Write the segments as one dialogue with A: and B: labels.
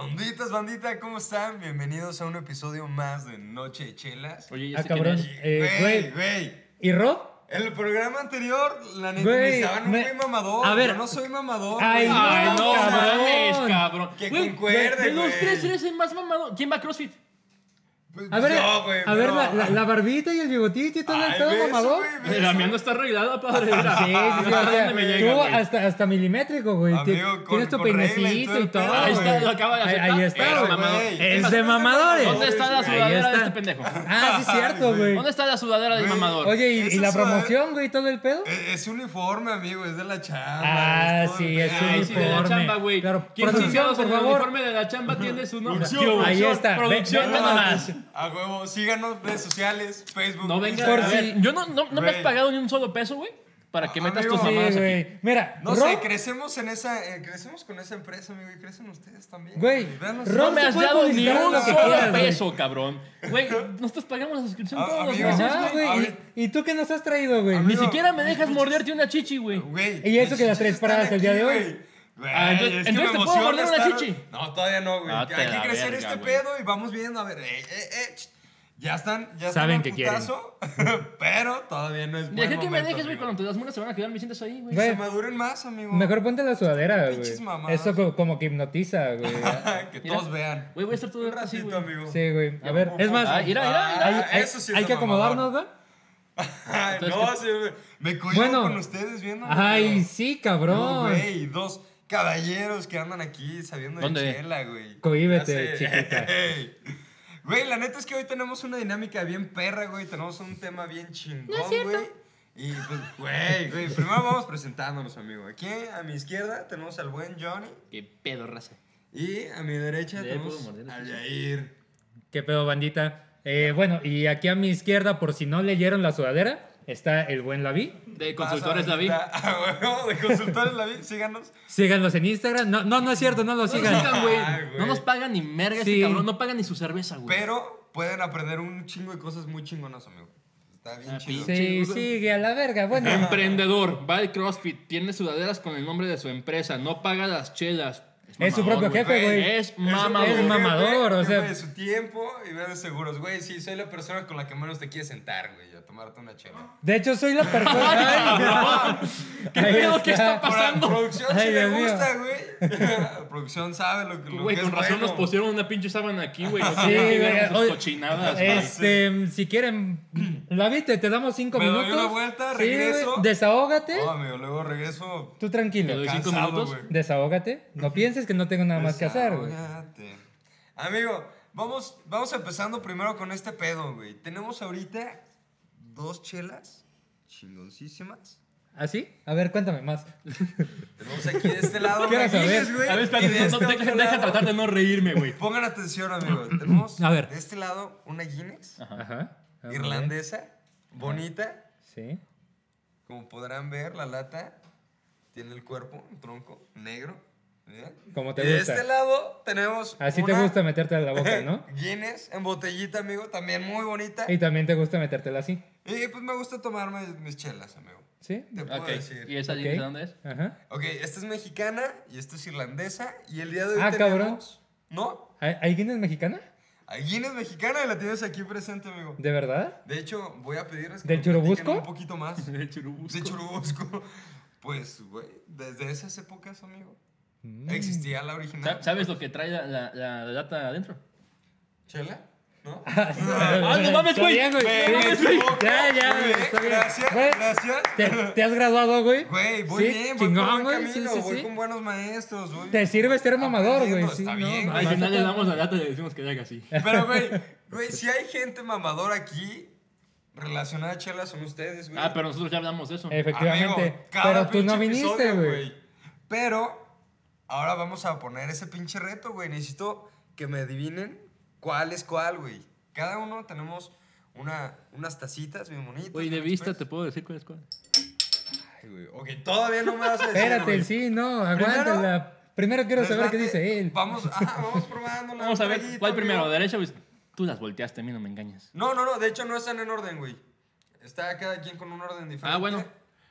A: Onditas, bandita, ¿cómo están? Bienvenidos a un episodio más de Noche de Chelas.
B: Oye, ¿y
C: Ah,
B: ese quién
C: cabrón.
B: es?
C: Eh,
A: güey,
C: güey.
A: güey.
C: ¿Y Rob?
A: En el programa anterior, la neta,
C: Güey,
A: me estaban
C: me-
A: muy mamador.
C: a ver.
A: Yo no soy mamador.
C: Ay,
A: güey. Ah,
B: Ay, no,
C: cabrón.
B: mames, cabrón.
A: Que
B: Güey,
A: concuerde,
B: de- De los
A: güey.
B: tres eres el más mamado. ¿Quién va a CrossFit?
A: Pues,
C: A ver,
A: yo, güey,
C: a ver
A: no.
C: la, la- la barbita y el bigotito y todo
A: Ay,
C: el pedo,
A: beso,
C: mamador.
A: güey, Ah, beso.
B: La mía Eh, no está arreglada, padre. mira.
C: Sí, sí, sí, o
B: ¿A
C: sea,
B: dónde me
C: tú
B: llega, güey?
C: hasta, hasta milimétrico, güey. Ti-
A: Amigo, con-
C: Tienes tu
A: con regla y todo
C: peinecito y
A: el pedo,
C: todo.
B: Ahí está,
C: güey.
B: lo acaba de
C: Ahí-
B: aceptar.
C: Ahí
B: Pero,
C: está, güey.
B: mamador.
A: güey.
C: Es
A: más,
C: de
A: es
C: mamadores.
B: ¿Dónde está la
C: Ahí
B: sudadera de
C: está.
B: este pendejo?
C: Ah, sí, es cierto,
A: Ay, güey.
C: güey.
B: ¿Dónde está la sudadera del
A: Güey,
B: mamador?
C: Oye, ¿y,
A: Esa
C: y la
A: sudadera-
C: promoción, güey, todo el pedo?
A: E- Es uniforme, amigo, es de la chamba.
C: Ah,
A: es todo
C: sí,
A: el
C: es
A: pedo.
B: Ay, sí, de la
C: uniforme.
B: chamba, güey.
C: Claro,
B: ¿Quién
C: producción,
B: chingados
C: por
B: en el
C: favor.
B: uniforme de la chamba tiene su nombre?
C: Producción. Ahí está, ve-
B: Producción,
C: ve
B: no
C: nada
B: mames.
A: A huevo, síganos, redes sociales, Facebook.
B: No venga,
C: Por
B: a
C: si-
B: ver, yo no, no, no me has
A: Güey.
B: pagado ni un solo peso, güey, para que metas
A: Amigo.
B: tus
A: Sí,
B: mamadas
C: Sí,
B: aquí.
C: güey. Mira,
A: No
C: Rob,
A: sé, crecemos en esa, eh, crecemos con esa empresa, amigo, y crecen ustedes también.
C: Güey,
A: Véanos.
C: Rob
B: No
C: se
B: me has
C: puede
B: dado ni
C: publicitar
B: un
C: lo que
B: solo
C: quieras, güey.
B: peso, cabrón. Güey, nosotros pagamos la suscripción
A: Ah,
B: todos los
A: amigo.
B: meses,
C: Ajá,
B: güey.
A: A
C: güey.
A: ver.
C: ¿Y, y tú qué nos has traído, güey?
B: Ni
A: Amigo,
B: sichas- me dejas
A: muchas-
B: morderte una chichi, güey.
A: Güey,
C: Y eso que
A: chichis
C: las tres
A: están
C: paradas el día de hoy.
A: güey. Güey,
B: Ah, entonces-
A: es que
B: entonces
A: me
B: te puedo
A: emociona
B: morder una
A: estar-
B: chichi.
A: No, todavía no, güey.
B: Ah, te
A: Hay que
B: la
A: crecer
B: verga,
A: este
B: güey.
A: pedo y vamos viendo, a ver, eh, eh, eh, ch- ya están, ya están
B: Saben
A: a
B: que quieren.
A: putazo, pero todavía no es buen
B: Dejé que me
A: momento,
B: dejes, güey,
A: amigo.
B: cuando te das muelas se van a quedar mis cientos ahí, güey.
C: Güey.
A: Se maduren más, amigo.
C: Mejor ponte la sudadera, güey.
A: Pinches mamadas.
C: Eso co- como que hipnotiza, güey.
A: que
B: Mira.
A: todos vean.
B: Güey, voy a estar todo
A: Un
B: el rato así,
A: ratito,
B: güey.
A: amigo.
C: Sí, güey. A ver, es más,
B: Ah,
C: hay,
B: mira, mira, mira.
A: Ah,
C: hay-
A: eso sí es
C: hay
A: de
C: que
A: mamador.
C: acomodarnos, güey.
A: Ay,
B: Entonces,
A: no,
B: ¿qué-
A: sí, güey. me cohibo
C: Bueno.
A: con ustedes viendo.
C: Ay,
A: amigo.
C: sí,
A: No,
C: cabrón.
A: güey, dos caballeros que andan aquí sabiendo de
B: ¿Dónde?
A: chela, güey.
C: Cohíbete,
A: Ya sé.
C: chiquita.
A: Güey, la neta es que hoy tenemos una dinámica bien perra, güey. Tenemos un tema bien chingón, güey. Y pues, güey, güey, primero vamos presentándonos, amigo. Aquí a mi izquierda tenemos al buen Johnny
B: Qué pedo, raza.
A: y a mi derecha
B: Le puedo
A: tenemos
B: morder la
A: al
B: chichi.
A: Jair.
C: Qué pedo, bandita. Eh, bueno, y aquí a mi izquierda, por si no leyeron la sudadera, está el buen Lavi.
B: De consultores David.
A: Ah, bueno, de consultores David, síganos.
C: Síganlos en Instagram. No, no, no es cierto, no lo
B: No nos
C: sigan.
B: pagan, güey.
A: Ay, güey.
B: No nos pagan ni merga este
C: Sí.
B: cabrón. No pagan ni su cerveza, güey.
A: Pero pueden aprender un chingo de cosas muy chingonas, amigo. Está bien
B: Ah,
A: chido.
B: pinche.
C: Sí, sigue a la verga. Bueno,
B: eh. Emprendedor, va al CrossFit, tiene sudaderas con el nombre de su empresa, no paga las chelas.
C: Es su
B: mamador,
C: propio jefe, güey.
B: Es
A: un
B: mamador.
A: jefe,
C: mamador, o
A: jefe
C: sea.
A: de su tiempo y ve de seguros, güey. Sí, soy la persona con la que menos te quieres sentar, güey, a tomarte una chela.
C: de hecho, soy la persona.
B: ¿Qué
C: Ahí
B: pedo que
C: está.
B: está Ah, pasando?
A: producción
C: Ay,
A: sí le
C: Dios mío.
A: gusta, güey. producción sabe lo que, lo
B: Güey,
A: que
B: con
A: es
B: razón
A: bueno.
B: nos pusieron una pinche sábana aquí, güey. No
C: Sí,
B: querían que
C: güey.
B: viéramos sus
C: Oye,
B: cochinadas, güey.
C: Este, si quieren, Lavi, te, te damos cinco
A: Me doy
C: minutos.
A: una vuelta,
C: Sí, güey,
A: regreso. Oh.
C: desahógate.
A: No, amigo, luego regreso
C: Tú
B: Te
C: tranquilo.
B: doy cinco
A: Cansado,
B: minutos.
A: güey.
C: Desahógate. No pienses que no tengo nada más que hacer, güey.
A: Desahógate. Amigo, vamos, vamos empezando primero con este pedo, güey. Tenemos ahorita dos chelas chingoncísimas.
C: ¿Así? ¿Ah, A ver, cuéntame más.
A: Tenemos aquí de este lado
C: Quiero saber.
A: Ramírez, güey.
B: A ver, espérate,
A: y de
B: no,
A: este
B: no,
A: otro
B: deja,
A: lado-
B: deja tratar de no reírme, güey.
A: Pongan atención, amigos. Tenemos
C: A ver.
A: de este lado una Guinness
C: Ajá. Ah,
A: irlandesa, bonita.
C: Sí.
A: Como podrán ver, la lata tiene el cuerpo, un tronco negro. ¿bien?
C: Como te
A: y de
C: gusta.
A: este lado tenemos
C: Así te
A: una-
C: gusta metértela a la boca, ¿no?
A: Guinness en botellita, amigo, también muy bonita.
C: Y también te gusta metértela así.
A: Y pues me gusta tomarme mis chelas, amigo.
C: ¿Sí?
A: Te puedo
B: Ok, ¿y
A: decir.
B: esa
C: Ok.
B: okay. de dónde es?
C: Ajá.
A: Ok, esta es mexicana y esta es irlandesa. Y el día de hoy
C: Ah, cabrón.
A: tenemos... ¿No?
C: ¿Hay hay Guinness mexicana?
A: Hay Guinness mexicana y la tienes aquí presente, amigo.
C: ¿De verdad?
A: De hecho, voy a pedirles que
C: ¿Del
A: me platiquen
C: Churubusco?
A: un poquito más. De
B: El churubusco.
A: Churubusco. Pues, güey, desde esas épocas, amigo.
C: Mm.
A: Existía la original.
B: Sa- ¿Sabes lo que trae la, la, la lata adentro?
A: ¿Chela? ¿No?
C: ¡Ah,
B: no mames, güey.
C: Bien, güey.
A: Me-
C: Sí,
A: me
C: sí, sí.
A: equivoqué.
C: Ya, ya.
A: Muy bien,
C: está bien.
A: Gracias,
C: Güey,
A: gracias.
C: ¿Te, te has graduado, güey?
A: Güey, voy
C: Sí,
A: bien, voy por
C: Chingón,
A: buen
C: güey.
A: camino,
C: Sí, sí,
A: voy
C: sí.
A: con buenos maestros, güey.
C: Te sirve ser mamador, güey.
A: Aprendiendo,
C: Sí,
A: está
C: no,
A: bien,
C: no,
A: güey.
B: Al
C: vas a
B: final le
C: te-
B: damos la lata y le decimos que le haga así.
A: Pero, güey, güey, si hay gente mamadora aquí relacionada a chelas, son ustedes, güey.
B: Ah, pero nosotros ya hablamos de eso.
A: Eh,
C: Efectivamente.
A: Amigo, cada
C: pero tú
A: pinche
C: no viniste,
A: episodio,
C: güey.
A: Pero ahora vamos a poner ese pinche reto, güey. Necesito que me adivinen cuál es cuál, güey. Cada uno tenemos una, unas tacitas bien bonitas.
B: Güey, de
A: unas
B: vista
A: cosas.
B: te puedo decir cuál es cuál.
A: Ay, güey. Ok, todavía no me vas a decir,
C: Espérate,
A: güey.
C: sí, no,
A: Primero-
C: aguántala. Primero quiero
A: Les
C: saber qué
A: late.
C: dice él.
A: Vamos, ajá, vamos probando.
B: Vamos a ver, ¿cuál primero? ¿Derecha o izquierda? Tú las volteaste, a mí no me engañas.
A: No, no, no. De hecho, no están en orden, güey. Está cada quien con un orden diferente.
B: Ah, bueno.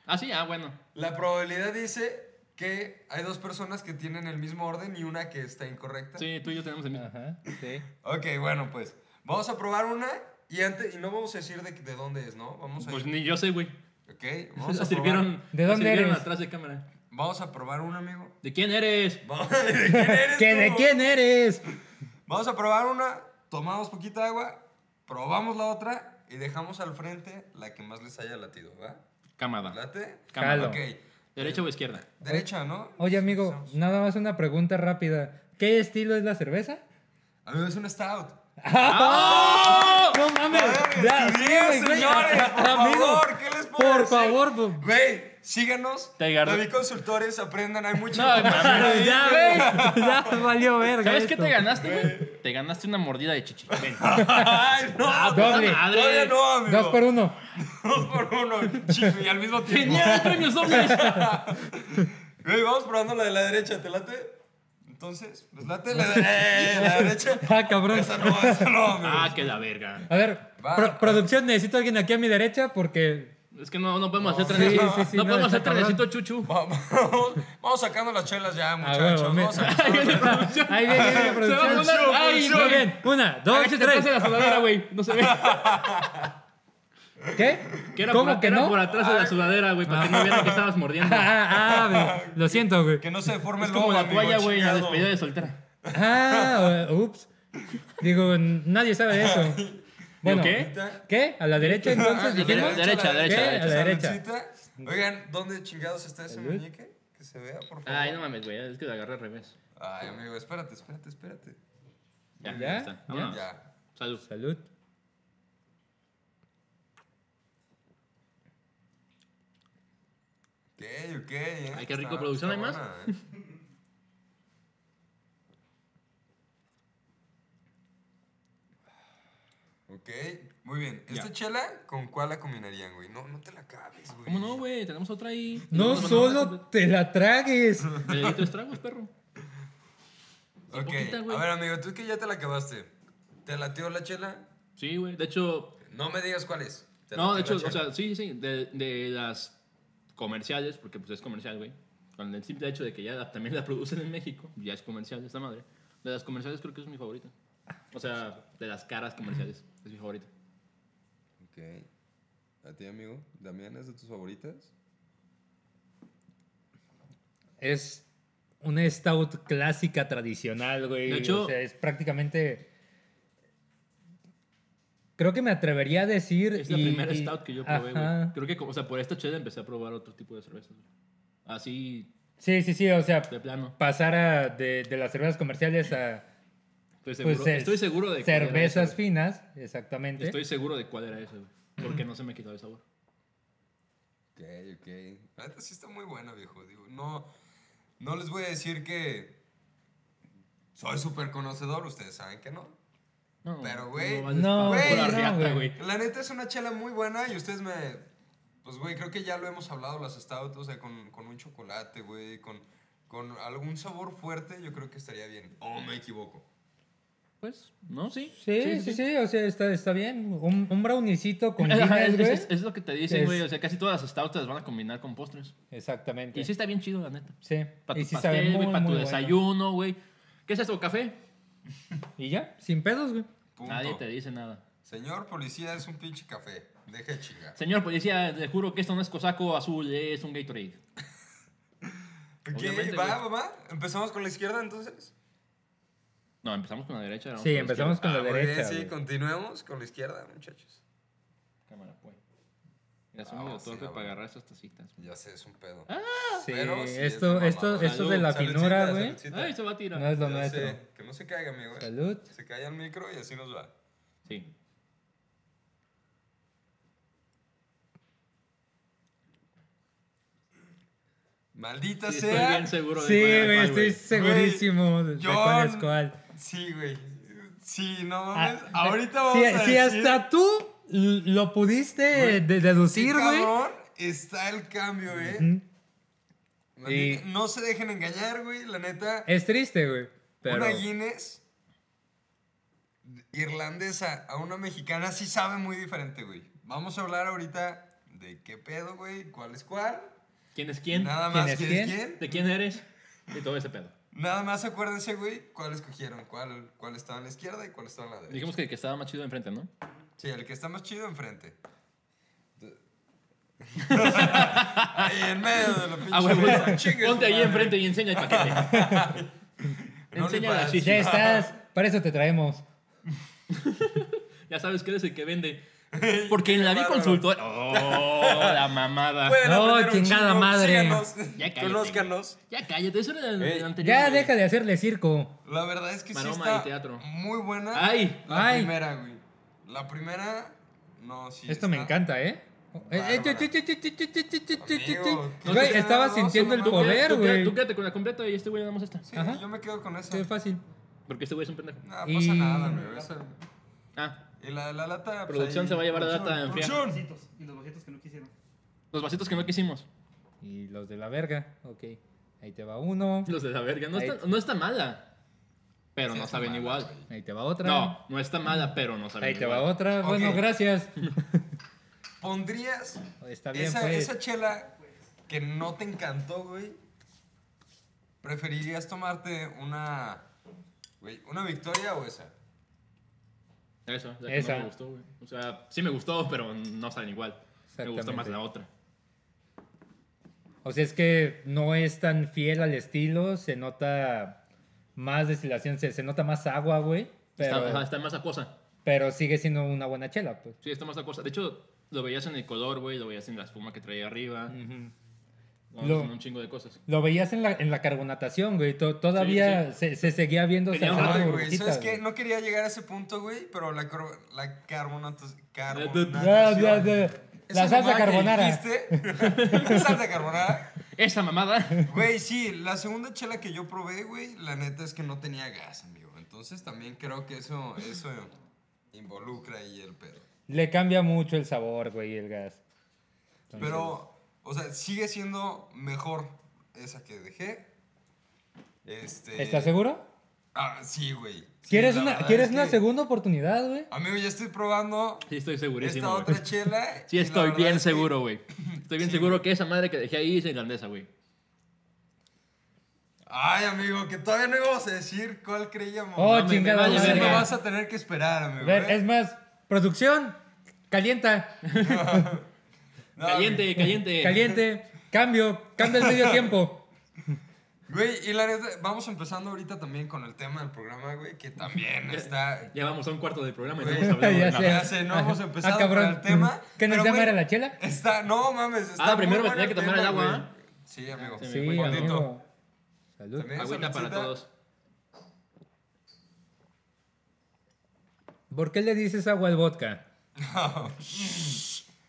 B: Ah, sí, ah, bueno.
A: La probabilidad dice que hay dos personas que tienen el mismo orden y una que está incorrecta.
B: Sí, tú y yo tenemos el mismo.
C: Ajá.
D: Sí.
A: Ok, bueno, pues vamos a probar una y antes y no vamos a decir de, de dónde es, ¿no? Vamos a
B: Pues ni yo sé, güey.
A: Ok, vamos
B: La
A: a
B: sirvieron,
A: probar.
C: ¿De dónde
B: la sirvieron
C: eres?
B: atrás de cámara.
A: Vamos a probar una, amigo.
B: ¿De quién eres?
A: Vamos- ¿De quién eres
C: ¿Que de
A: tú?
C: quién eres?
A: Vamos a probar una, tomamos poquita agua, probamos la otra y dejamos al frente la que más les haya latido, ¿va?
B: Cámara.
A: ¿Late?
C: Jalo.
B: Cámara.
A: Ok.
B: ¿Derecha o izquierda?
A: Derecha, ¿no?
C: Oye, amigo, nada más una pregunta rápida. ¿Qué estilo es la cerveza?
A: Amigo, es un stout. ¡Ah!
C: ¡No mames!
A: Madre,
C: Ya,
A: estudié,
C: sí, güey, güey.
A: señores, por
C: Amigo,
A: favor, ¿qué les puedo
C: Por
A: decir?
C: favor, pues. bu-
A: Güey, síganos.
B: Te agarré.
A: David Consultores, aprendan, hay mucho.
B: No, mames.
C: ya, güey. Ya valió verga.
B: ¿Sabes qué
C: esto.
B: te ganaste, güey? Te ganaste una mordida de chichi. Ven.
A: Ay, no.
C: doble.
B: Ah, pues, madre.
A: Ah, Todavía no, amigo.
C: Dos por uno.
A: Dos por uno. Chifi, al mismo tiempo.
B: ¡Genial! ¡Premios dobles!
A: Güey, vamos probando la de la derecha, ¿te late? Entonces, pues late la, de, eh, la derecha.
C: Ah, cabrón.
A: Esa no, esa no, amigo.
B: ¡Ah, qué la verga!
C: A ver,
A: Va.
C: pro- producción, necesito a alguien aquí a mi derecha porque.
B: Es que no, no podemos hacer
C: sí,
B: trenecito.
C: sí, sí,
B: no,
C: no,
B: podemos
C: está
B: hacer
C: cabrón.
B: trenecito, chuchu.
A: Vamos, vamos sacando las chelas
C: Ah,
A: ya, muchachos.
C: huevo, me-
A: vamos a...
C: Ahí viene, ahí viene
B: Se va a
C: producción.
B: volar. ¡Ay,
C: Muy bien. Una, dos,
B: Agáchate atrás
C: tres.
B: de la sudadera, güey. No se ve.
C: ¿Qué?
B: Que era
C: ¿Cómo
B: por,
C: que
B: era
C: no?
B: por atrás de la sudadera, güey, para que no vieran que estabas mordiendo.
C: Ah, ah, ah, lo siento, güey.
A: Que no se deforme
B: Es
A: el
B: como
A: lobo,
B: la
A: amigo,
B: toalla, güey, en la
A: chingado.
B: despedida de soltera.
C: Ah, eh, ups. Digo, n- nadie sabe eso. Bueno,
B: qué?
C: ¿Qué? ¿A la derecha entonces
A: Ah,
C: dijimos?
B: Derecha,
C: ¿Qué?
B: derecha,
C: A la derecha.
A: Salucita. Oigan, ¿dónde chingados está ese muñeque? Que se vea, por favor.
B: Ay, no mames, güey, es que la agarré al revés.
A: Ay, amigo, espérate, espérate, espérate.
B: Ya, Ah,
C: ¿Ya?
B: ya, está. Vámonos.
A: Ya.
B: Salud.
C: Salud.
A: Ok, ok. eh.
B: Ay, qué rico,
A: Está-
B: producción,
A: está
B: ¿hay más?
A: buena, eh. Ok, muy bien. ¿Esta
B: Ya.
A: chela con cuál la combinarían, güey? No, no te la acabes, güey.
B: ¿Cómo no, güey? Tenemos otra ahí.
C: No
B: Tenemos
C: solo te la tragues.
B: otra. Me di tres tragos, perro.
A: Ok,
B: poquita, güey.
A: a ver, amigo, tú que ya te la acabaste. ¿Te latió la chela?
B: Sí, güey. De hecho,
A: No me digas cuál es. ¿Te
B: no, de
A: latió
B: hecho,
A: la
B: o
A: chela?
B: sea, sí, sí, de, de las comerciales, porque pues es comercial, güey. Con el simple hecho de que ya la- también la producen en México, ya es comercial esta madre. De las comerciales creo que es mi favorita. O sea, de las caras comerciales, es mi favorita.
A: Ok. ¿A ti, amigo? ¿Damián es de tus favoritas?
C: Es una stout clásica tradicional, güey.
B: De hecho-
C: o sea, es prácticamente. Creo que me atrevería a decir.
B: Es la
C: y-
B: primera
C: y-
B: stout que yo probé,
C: Ajá.
B: güey. Creo que, como- o sea, por esta chela empecé a probar otro tipo de cervezas, güey. Así,
C: Sí, sí, sí. O sea,
B: de plano.
C: pasar a- de, de las cervezas comerciales a
B: Estoy seguro,
C: pues, eh,
B: estoy seguro de cuál era
C: cervezas
B: esa, güey.
C: finas, exactamente.
B: Estoy seguro de cuál era esa, güey. Porque no se me ha quitado el sabor.
A: Ok, ok. La neta sí está muy buena, viejo. Digo, no, no les voy a decir que soy súper conocedor, ustedes saben que no.
B: No,
A: Pero, güey,
B: vas a espantar
C: no,
A: güey,
B: la
A: no,
B: riata,
C: güey.
B: güey.
A: La neta es una chela muy buena y ustedes me... Pues, güey, creo que ya lo hemos hablado, las stout, o sea, con, con un chocolate, güey, con, con algún sabor fuerte, yo creo que estaría bien. O me equivoco.
B: Pues, no, sí.
C: Sí, sí, sí, O sea, está, está bien. Un, un brownicito con
B: Ajá,
C: Guinness,
B: es,
C: güey.
B: es- es lo que te dicen,
C: Es-
B: güey. O sea, casi todas las stouts te las van a combinar con postres.
C: Exactamente.
B: Y sí está bien chido, la neta.
C: Sí.
B: Para
C: Y
B: tu
C: sí sabe
B: pastel,
C: muy,
B: güey, para tu
C: muy bueno.
B: desayuno, güey. ¿Qué es esto, café?
C: Y ya, sin pedos, güey.
A: Punto.
B: Nadie te dice nada.
A: Señor policía, es un pinche café. Deja de chingar.
B: Señor policía, le juro que esto no es cosaco azul, es un Gatorade. Obviamente,
A: Ok, va,
B: güey.
A: mamá. Empezamos con la izquierda entonces.
B: No, empezamos con la derecha. ahora vamos
C: Sí,
B: con la
C: empezamos con
B: izquierda.
C: la
A: Ah, muy bien,
C: derecha.
A: sí,
C: güey.
A: continuemos con la izquierda, muchachos.
B: Cámara, pues. Mira, soy
A: Ah,
B: medio
A: sí,
B: torpe
A: ah,
B: para
A: bueno.
B: agarrar estas tacitas.
A: Ya sé, es un pedo.
C: Ah, Sí,
A: Pero sí, es
C: esto,
A: de
C: esto,
A: mamada.
C: esto de la
A: Salud,
C: finura,
A: saludcita,
C: güey.
A: saludcita.
B: Ay, se va a tirar.
C: No es lo
A: Ya
C: nuestro.
A: sé, Que no se caiga, amigo. eh.
C: Salud.
A: Se cae al micro y así nos va.
B: Sí.
A: Maldita
B: Sí,
A: sea.
B: estoy bien seguro de
C: Sí,
B: cuál era
C: güey,
B: cuál,
C: estoy segurísimo de de
A: yo-
C: cuál es cuál.
A: Sí, güey. Sí, no mames.
C: Ah,
A: Ahorita vamos
C: si,
A: a
C: si
A: decir
C: hasta tú l- lo pudiste de-
A: qué
C: deducir, güey.
A: cabrón está el cambio, eh.
C: Ujú.
A: Maldita-
C: Y-
A: No se dejen engañar, güey. La neta.
C: Es triste, güey. Pero
A: Una Guinness irlandesa a una mexicana sí sabe muy diferente, güey. Vamos a hablar ahorita de qué pedo, güey, cuál es cuál.
B: ¿Quién es quién?
A: Nada más,
C: ¿Quién es
A: ¿quién es
C: quién?
A: quién?
B: ¿De quién eres? Y todo ese pedo.
A: Nada más acuérdense, güey, cuál escogieron, cuál, cuál estaba en la izquierda y cuál estaba en la derecha.
B: Dijimos que el que estaba más chido enfrente, ¿no?
A: Sí, el que está más chido enfrente. ahí en medio de la pinche.
B: Ah, güey,
A: mesa.
B: ponte,
A: Chingue su
B: ponte ahí
A: madre.
B: enfrente y enseña el paquete.
A: No
B: enseña
A: le
B: la
A: pares.
B: chichi.
C: Ya estás, para eso te traemos.
B: Ya sabes que eres el que vende.
A: Ey,
B: Porque en la vi
A: bárbaro.
B: consultora. ¡Oh, la mamada!
A: Pueden
C: No,
A: aprender un
C: chingada
A: chingo,
C: madre.
A: síganos,
B: Ya cállate.
A: Conózcanos.
B: Ya cállate, eso era el
A: Ey,
B: anterior.
C: Ya
B: güey.
C: deja de hacerle circo.
A: La verdad es que sí
B: Maroma
A: está
B: y teatro.
A: muy buena.
B: ¡Ay!
A: La
C: ay.
A: primera, güey. La primera, no, sí.
C: Esto me
A: está-
C: encanta, ¿eh? Eh, eh,
A: Bárbara.
C: chu, chu, chu, chu, chu, chu, chu, chu, chu, chu, chu.
A: Amigo, ¿qué
C: Güey,
A: te
C: estaba
A: queda?
C: sintiendo el
A: Dos, una
C: poder,
B: Tú quédate-
C: güey.
B: Tú quédate con la completa y este güey le damos esta.
A: Sí,
C: Ajá.
A: yo me quedo con esa.
C: Qué fácil.
B: Porque este güey es un pendejo.
A: No pasa
C: Y-
A: nada, güey. esa-
B: Ah,
A: Y la de la lata. pues,
B: Producción
A: ahí-
B: se va a llevar la
A: producción,
B: lata en fría.
A: producción.
D: Vasitos, y los vasitos que no quisieron.
B: los vasitos que no quisimos.
C: Y los de la verga, ok. Ahí te va uno,
B: Los de la verga. No
C: Ahí.
B: está, no está mala. Pero
A: Sí,
B: no
A: está
B: saben
A: mala,
B: igual.
C: ahí te va otra.
B: No, no está mala, pero no saben
C: Ahí te va
B: igual.
C: otra. Bueno,
A: Ok.
C: gracias.
A: ¿Pondrías
C: Está bien,
A: esa,
C: pues.
A: esa chela que no te encantó, güey? ¿Preferirías tomarte una. Güey, ¿una victoria o esa?
B: Eso, la que
C: Esa.
B: no me gustó, güey. O sea, sí me gustó, pero no saben igual. Me gustó más
C: Exactamente.
B: la otra.
C: O sea, es que no es tan fiel al estilo, se nota más destilación, se, se nota más agua, güey. Pero,
B: Está, ajá, está más acuosa.
C: pero sigue siendo una buena chela, pues.
B: Sí, está más acuosa. De hecho, lo veías en el color, güey. Lo veías en la espuma que traía arriba. Lo veías
C: Mm. Lo-
B: en un chingo de cosas.
C: Lo veías en la, en la carbonatación, güey. to- todavía Se, se seguía viendo
B: Tenía
C: sacar
B: una
A: Ay,
C: una
A: güey,
C: burbujita,
A: ¿sabes qué?
C: güey.
A: No quería llegar a ese punto, güey, pero la, cor- la carbonato...
C: Ya, ya,
A: carbonatación.
C: ya.
A: Esa
C: La salsa
A: mamada que
C: carbonara.
A: dijiste, la salsa carbonara.
B: ¡Esa mamada!
A: Güey, sí, la segunda chela que yo probé, güey, la neta es que no tenía gas, amigo. Entonces también creo que eso, eso involucra ahí el pedo.
C: Le cambia mucho el sabor, güey, el gas. Entonces,
A: Pero, o sea, sigue siendo mejor esa que dejé. Este...
C: ¿Estás seguro?
A: Ah, sí, güey. Sí,
C: ¿Quieres,
A: la
C: una,
A: verdad
C: ¿quieres
A: es
C: una
A: que-
C: segunda oportunidad, güey?
A: Amigo, ya estoy probando
B: Sí, estoy
A: esta
B: segurísimo, güey.
A: otra chela.
B: Sí,
A: y la
B: estoy
A: verdad
B: bien
A: es que-
B: seguro, güey. Estoy bien seguro que esa madre que dejé ahí es irlandesa, güey.
A: Ay, amigo, que todavía no íbamos a decir cuál creíamos.
C: Oh,
B: me- me
C: chingada
B: vale
A: Entonces
C: madre.
A: me
B: verga.
A: vas a tener que esperar, amigo.
C: Ver,
A: ¿eh?
C: es más, producción, calienta,
A: No,
B: caliente, caliente.
C: caliente, cambio, cambia el medio tiempo.
A: Güey, y la neta, vamos empezando ahorita también con el tema del programa, güey, que también está.
B: Ya vamos a un cuarto del programa y no
A: Güey,
B: hemos hablado
C: ya
B: de
C: sé.
B: nada.
A: Ya sé, no hemos
C: Ah,
A: empezado
C: cabrón.
A: con el tema.
C: ¿Qué nos
A: pero,
C: llama
A: güey,
C: era la chela?
A: Está, no mames, está.
B: Ah, primero
A: muy
B: me tenía
A: bueno
B: que tomar el
A: tema,
B: agua,
A: güey. Sí, amigo.
B: se me
C: Sí,
B: fue,
A: Juanito.
C: amigo. Salud.
A: También esa
B: Agüita para
A: lancita.
B: todos.
C: ¿Por qué le dices agua al vodka?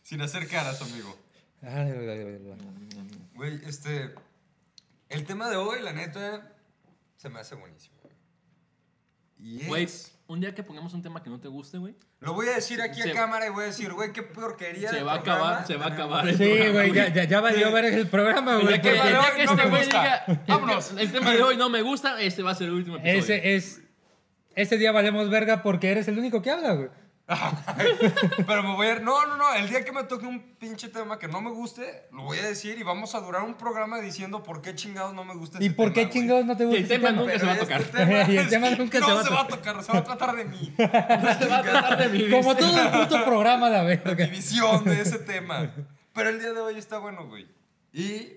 A: Sin hacer caras, amigo.
C: Ay, ay, ay, ay.
A: Güey, este. El tema de hoy, la neta, se me hace buenísimo. güey. Y
B: Güey,
A: es-
B: un día que pongamos un tema que no te guste, güey,
A: Lo voy a decir aquí
B: Se-
A: a cámara y voy a decir, güey, qué porquería.
B: se
A: de
B: va a
A: programa
B: acabar, se va a
A: tenemos.
B: acabar. el
C: Sí,
B: programa,
C: güey, ya, ya, ya valió ver el programa,
B: El
C: güey.
B: día que,
A: tema
B: el
A: de
B: día
A: hoy
B: que
A: no
B: este
A: me
B: güey
A: gusta.
B: diga, el-
A: Vámonos.
B: El, tema de hoy no me gusta, este va a ser el último episodio.
C: Ese es... Ese día valemos verga porque eres el único que habla, güey.
A: Pero me voy a... No, no, no. El día que me toque un pinche tema que no me guste, lo voy a decir y vamos a durar un programa diciendo por qué chingados no me gusta
C: ¿Y
A: ese
C: por qué
A: tema, güey.
C: chingados no te
B: Y
C: gusta
B: el
C: ese
B: tema
C: tema?
B: nunca se va a
A: Pero
B: tocar.
A: este tema
C: Y el
A: es
C: tema
A: que
C: nunca
A: no
C: se va a
A: se va a tocar, se va a tratar de mí.
B: Se va a tratar de mi
C: Como
B: vista.
C: todo el puto programa, la
A: de
C: verga.
A: mi visión de ese tema. Pero el día de hoy está bueno, güey. Y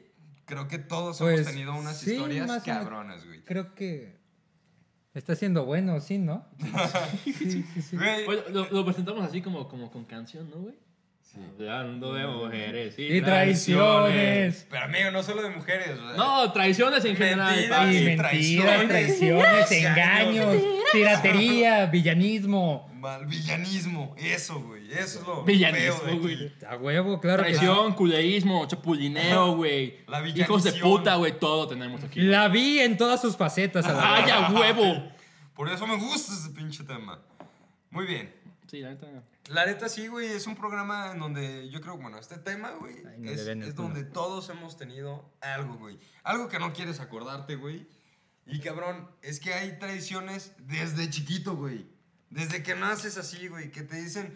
A: creo que todos
C: Pues,
A: hemos tenido unas
C: sí, más
A: historias
C: o menos.
A: cabronas, güey.
C: Creo que está siendo bueno, sí, ¿no? Sí, sí, sí.
A: Güey,
B: Oye, lo, lo presentamos así como, como con canción, ¿no, güey? Hablando
A: Mm.
B: de mujeres y,
C: Y traiciones.
A: Pero amigo, no solo de mujeres. o sea,
B: No, traiciones en general.
A: Mentiras.
B: papi.
C: Y
A: Sí,
C: mentiras,
A: traiciones.
C: traiciones,
A: Sí,
C: engaños, piratería, villanismo.
A: Mal, villanismo. Eso, güey. Eso es lo feo de
B: Villanismo,
A: aquí.
B: güey.
C: A huevo, claro que sí.
B: Traición, culeísmo, chapulineo, güey.
A: La villanición.
B: Hijos de puta, güey. Todo tenemos aquí.
C: La vi en todas sus facetas. A la
B: ¡Ay, a huevo!
A: Por eso me gusta ese pinche tema. Muy bien.
B: Sí, la neta.
A: La neta sí, güey, es un programa en donde yo creo, bueno, este tema, güey,
C: Ay, no
A: es,
C: le ven el
A: es
C: culo.
A: donde todos hemos tenido algo, güey. Algo que no quieres acordarte, güey. Y cabrón, es que hay traiciones desde chiquito, güey. Desde que naces así, güey, que te dicen,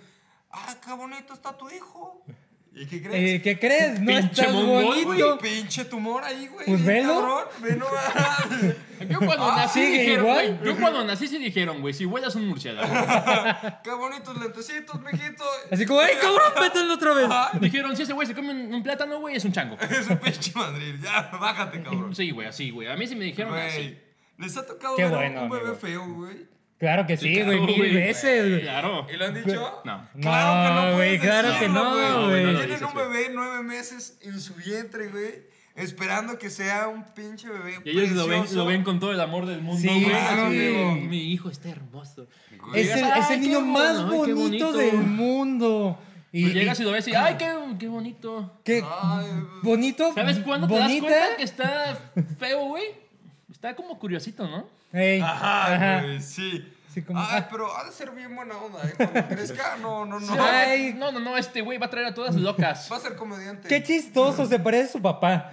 A: ah, qué bonito está tu hijo. ¿Y qué crees?
C: Eh, ¿Qué crees? No
B: Pinche
C: estás
B: mongol,
A: Güey,
C: bonito.
A: pinche tumor ahí, güey. bien
C: Pues velo.
A: Cabrón, ve nomás.
B: Yo cuando
A: Ah,
B: nací
C: sigue
B: dijeron, güey.
C: igual.
B: Yo cuando nací sí dijeron, güey, si huelas un murciélago.
A: Qué bonitos lentecitos, mijito.
C: Así como, ¡ay, cabrón! Mételo otra vez.
B: Dijeron, si ese güey se come un, un plátano, güey, es un chango.
A: Es un pinche mandril. Ya, bájate, cabrón.
B: Sí, güey, así, güey. A mí sí me dijeron así.
A: Güey. Les ha tocado
C: Qué
A: ver a
C: bueno,
A: un bebé
C: amigo.
A: feo, güey.
C: Claro que sí, güey,
B: Claro,
C: mil veces. güey.
B: Claro.
A: ¿Y lo han dicho?
B: No.
A: Claro que no,
C: No, güey,
A: puedes
C: claro
A: decirlo,
C: que no,
B: güey. No lo
A: Tienen
B: dices,
A: un bebé nueve meses en su vientre, güey. Esperando que sea un pinche bebé.
B: Y ellos lo ven,
A: precioso.
B: lo ven con todo el amor del mundo,
C: Sí,
B: güey.
A: sí.
B: Así, güey, Mi hijo está hermoso.
A: Güey,
C: Es el,
B: Ay,
C: es el
B: qué
C: niño
B: bueno,
C: más
B: ay, qué
C: bonito,
B: bonito.
C: del mundo. Y,
B: Y llegas y lo ves y, ay, qué, qué bonito.
C: qué
A: Ay,
C: bonito.
B: ¿Sabes cuándo
C: bonita.
B: te das cuenta que está feo, güey? Está como curiosito, ¿no?
C: Ey,
A: Ajá,
C: ajá.
A: güey, sí.
C: Sí, como-
A: Ay,
C: ah.
A: pero ha de ser bien buena onda, ¿eh? Cuando crezca, no, no, no.
B: Sí,
C: Ay.
B: No, no, no, este güey va a traer a todas locas.
A: Va a ser comediante.
C: Qué chistoso, se parece a su papá.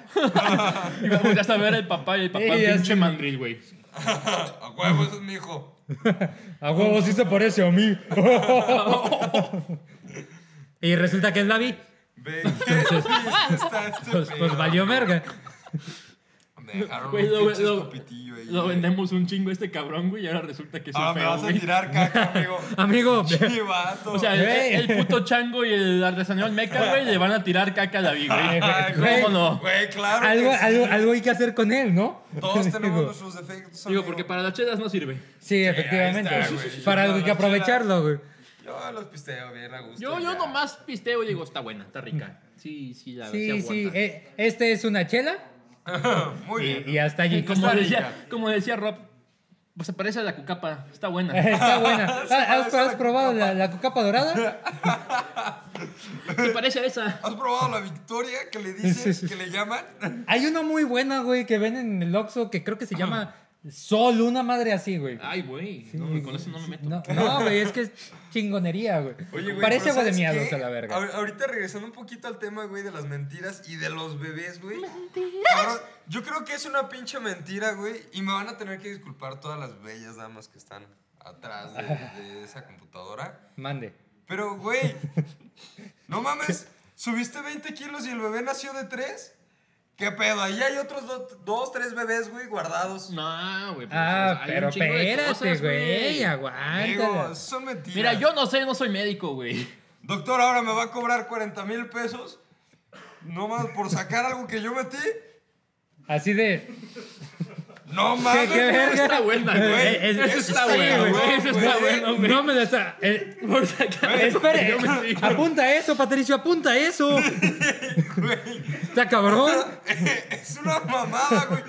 B: Y vamos ya a ver el papá y el papá
C: Sí, ya
B: pinche
C: sé.
B: mandril, güey.
A: A huevo, ese es mi hijo.
C: A huevo, sí se parece a mí. y resulta que es Lavi.
A: Ve, ¿qué triste está este
C: Pues, pues
A: pedo.
C: valió verga.
A: Me dejaron
B: Güey,
A: un
B: lo,
A: pinche
B: lo-
A: escopitillo ahí.
B: lo
A: güey.
B: vendemos un chingo a este cabrón, güey, y ahora resulta que es un
A: Ah, me
B: feo,
A: vas a
B: güey.
A: tirar caca, amigo.
C: Amigo,
A: Qué vato.
B: O sea,
C: Güey.
B: el, el puto chango y el artesanal meca, güey, le van a tirar caca a David, güey.
A: Ay,
C: güey.
B: ¿Cómo no?
A: Güey, claro.
C: algo,
A: que sí.
C: algo, algo hay que hacer con él, ¿no?
A: Todos tenemos
C: Digo,
A: nuestros defectos.
B: Digo,
A: amigo.
B: porque para las chedas no sirve.
C: Sí, efectivamente.
A: está, güey.
C: Para algo hay que
A: Yo, la
C: aprovecharlo, güey.
A: Yo los pisteo bien a gusto.
B: Yo, yo
A: ya.
B: nomás pisteo y digo, está buena, está rica. Sí, sí, la
C: Sí, sí.
B: aguanta.
C: eh, este es una chela
A: Muy bien.
C: y, y hasta allí.
B: como,
A: está
B: decía,
A: rica.
B: como decía Rob, pues se parece a la cucapa, está buena.
C: Está buena. Ah, ¿Has,
A: parece a
C: has
A: la
C: probado la, la cucapa dorada?
B: Se parece a esa.
A: ¿Has probado la victoria que le dicen,
C: Sí, sí.
A: que le llaman?
C: Hay una muy buena, güey, que ven en el Oxxo que creo que se llama Sol, una madre así, güey.
B: Ay, güey, no, güey, con eso no me meto.
C: No, no, güey, es que es chingonería, güey.
A: pero
C: Parece agua de
A: ¿sabes
C: miados
A: qué?
C: a la verga.
A: Ahor- Ahorita regresando un poquito al tema, güey, de las mentiras y de los bebés, güey. Cabrón, yo creo que es una pinche mentira, güey. Y me van a tener que disculpar todas las bellas damas que están atrás de, de esa computadora.
B: Pues
C: Mande.
A: Pero, güey, no mames, subiste 20 kilos y el bebé nació de 3. ¿Qué pedo? Ahí hay otros 2, 3 bebés, güey, guardados.
B: No, güey. pues,
C: Ah,
B: hay un
C: pero
B: chingo de
C: espérate,
B: cosas,
C: güey.
A: Digo,
C: Aguántala.
A: son mentiras.
B: Mira, yo no sé, no soy médico, güey.
A: Doctor, ahora me va a cobrar 40 mil pesos. No más por sacar algo que yo metí.
C: Así de.
A: No
C: ¿Qué,
A: mames.
C: qué verga?
B: Está buena,
A: Güey,
B: güey.
C: Eh, es-
B: Eso está
A: sí,
B: bueno,
A: güey.
B: güey. Eso está
A: Güey.
B: bueno, güey.
C: No me la está. eh,
B: Por sacar-
C: espere,
B: Yo me digo.
C: apunta eso, Patricio, apunta eso.
A: Güey,
C: Está cabrón.
A: es una mamada, güey.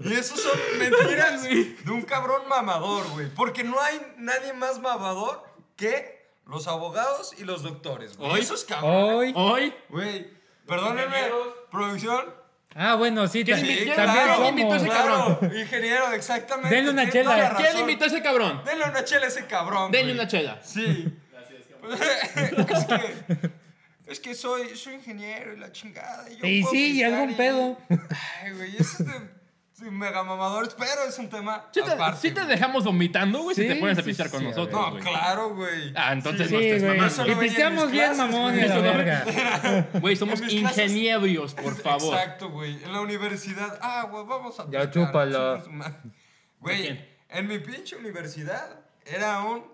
A: Y eso son mentiras de un cabrón mamador, güey. Porque no hay nadie más mamador que los abogados y los doctores, güey.
B: Hoy-
A: Esos cabrones.
C: Hoy. Oh.
B: Hoy.
A: Güey, perdónenme, producción.
C: Ah, bueno, sí, ta-
B: Sí,
C: también
B: claro. ¿Quién invitó a
C: somos.
B: ese
A: claro, ingeniero, exactamente.
C: Denle una
A: Tiene
C: chela.
A: toda la
B: ¿Quién
A: razón.
B: invitó a ese cabrón?
A: Denle una chela a ese cabrón.
B: Denle
A: güey.
B: una chela.
A: Sí. es que. Es que soy, soy ingeniero y la chingada. Y, yo
C: Y
A: puedo
C: sí, y
A: pistear
C: algún pedo.
A: Ay, güey, eso es de, de mega mamadores, pero es un tema.
B: Si te,
A: aparte,
B: sí te
A: güey.
B: dejamos vomitando, güey, si
C: Sí,
B: te pones a
C: sí,
B: pistear
C: sí,
B: con
C: sí,
B: nosotros,
A: No,
B: güey.
A: claro, güey.
B: Ah, entonces
C: Sí,
B: no estés
C: güey.
A: mamando.
B: mamando.
C: Y pisteamos bien,
A: Eso no venía en
C: mamón,
A: mis
C: y a la
A: clases,
C: verga.
B: Güey, somos
A: En mis clases-
B: ingenieros, por favor.
A: Exacto, güey. En la universidad. Ah, güey, vamos a.
C: Ya
A: pistear,
C: chúpala.
A: chingas, ma- Güey,
B: quién?
A: en mi pinche universidad era un.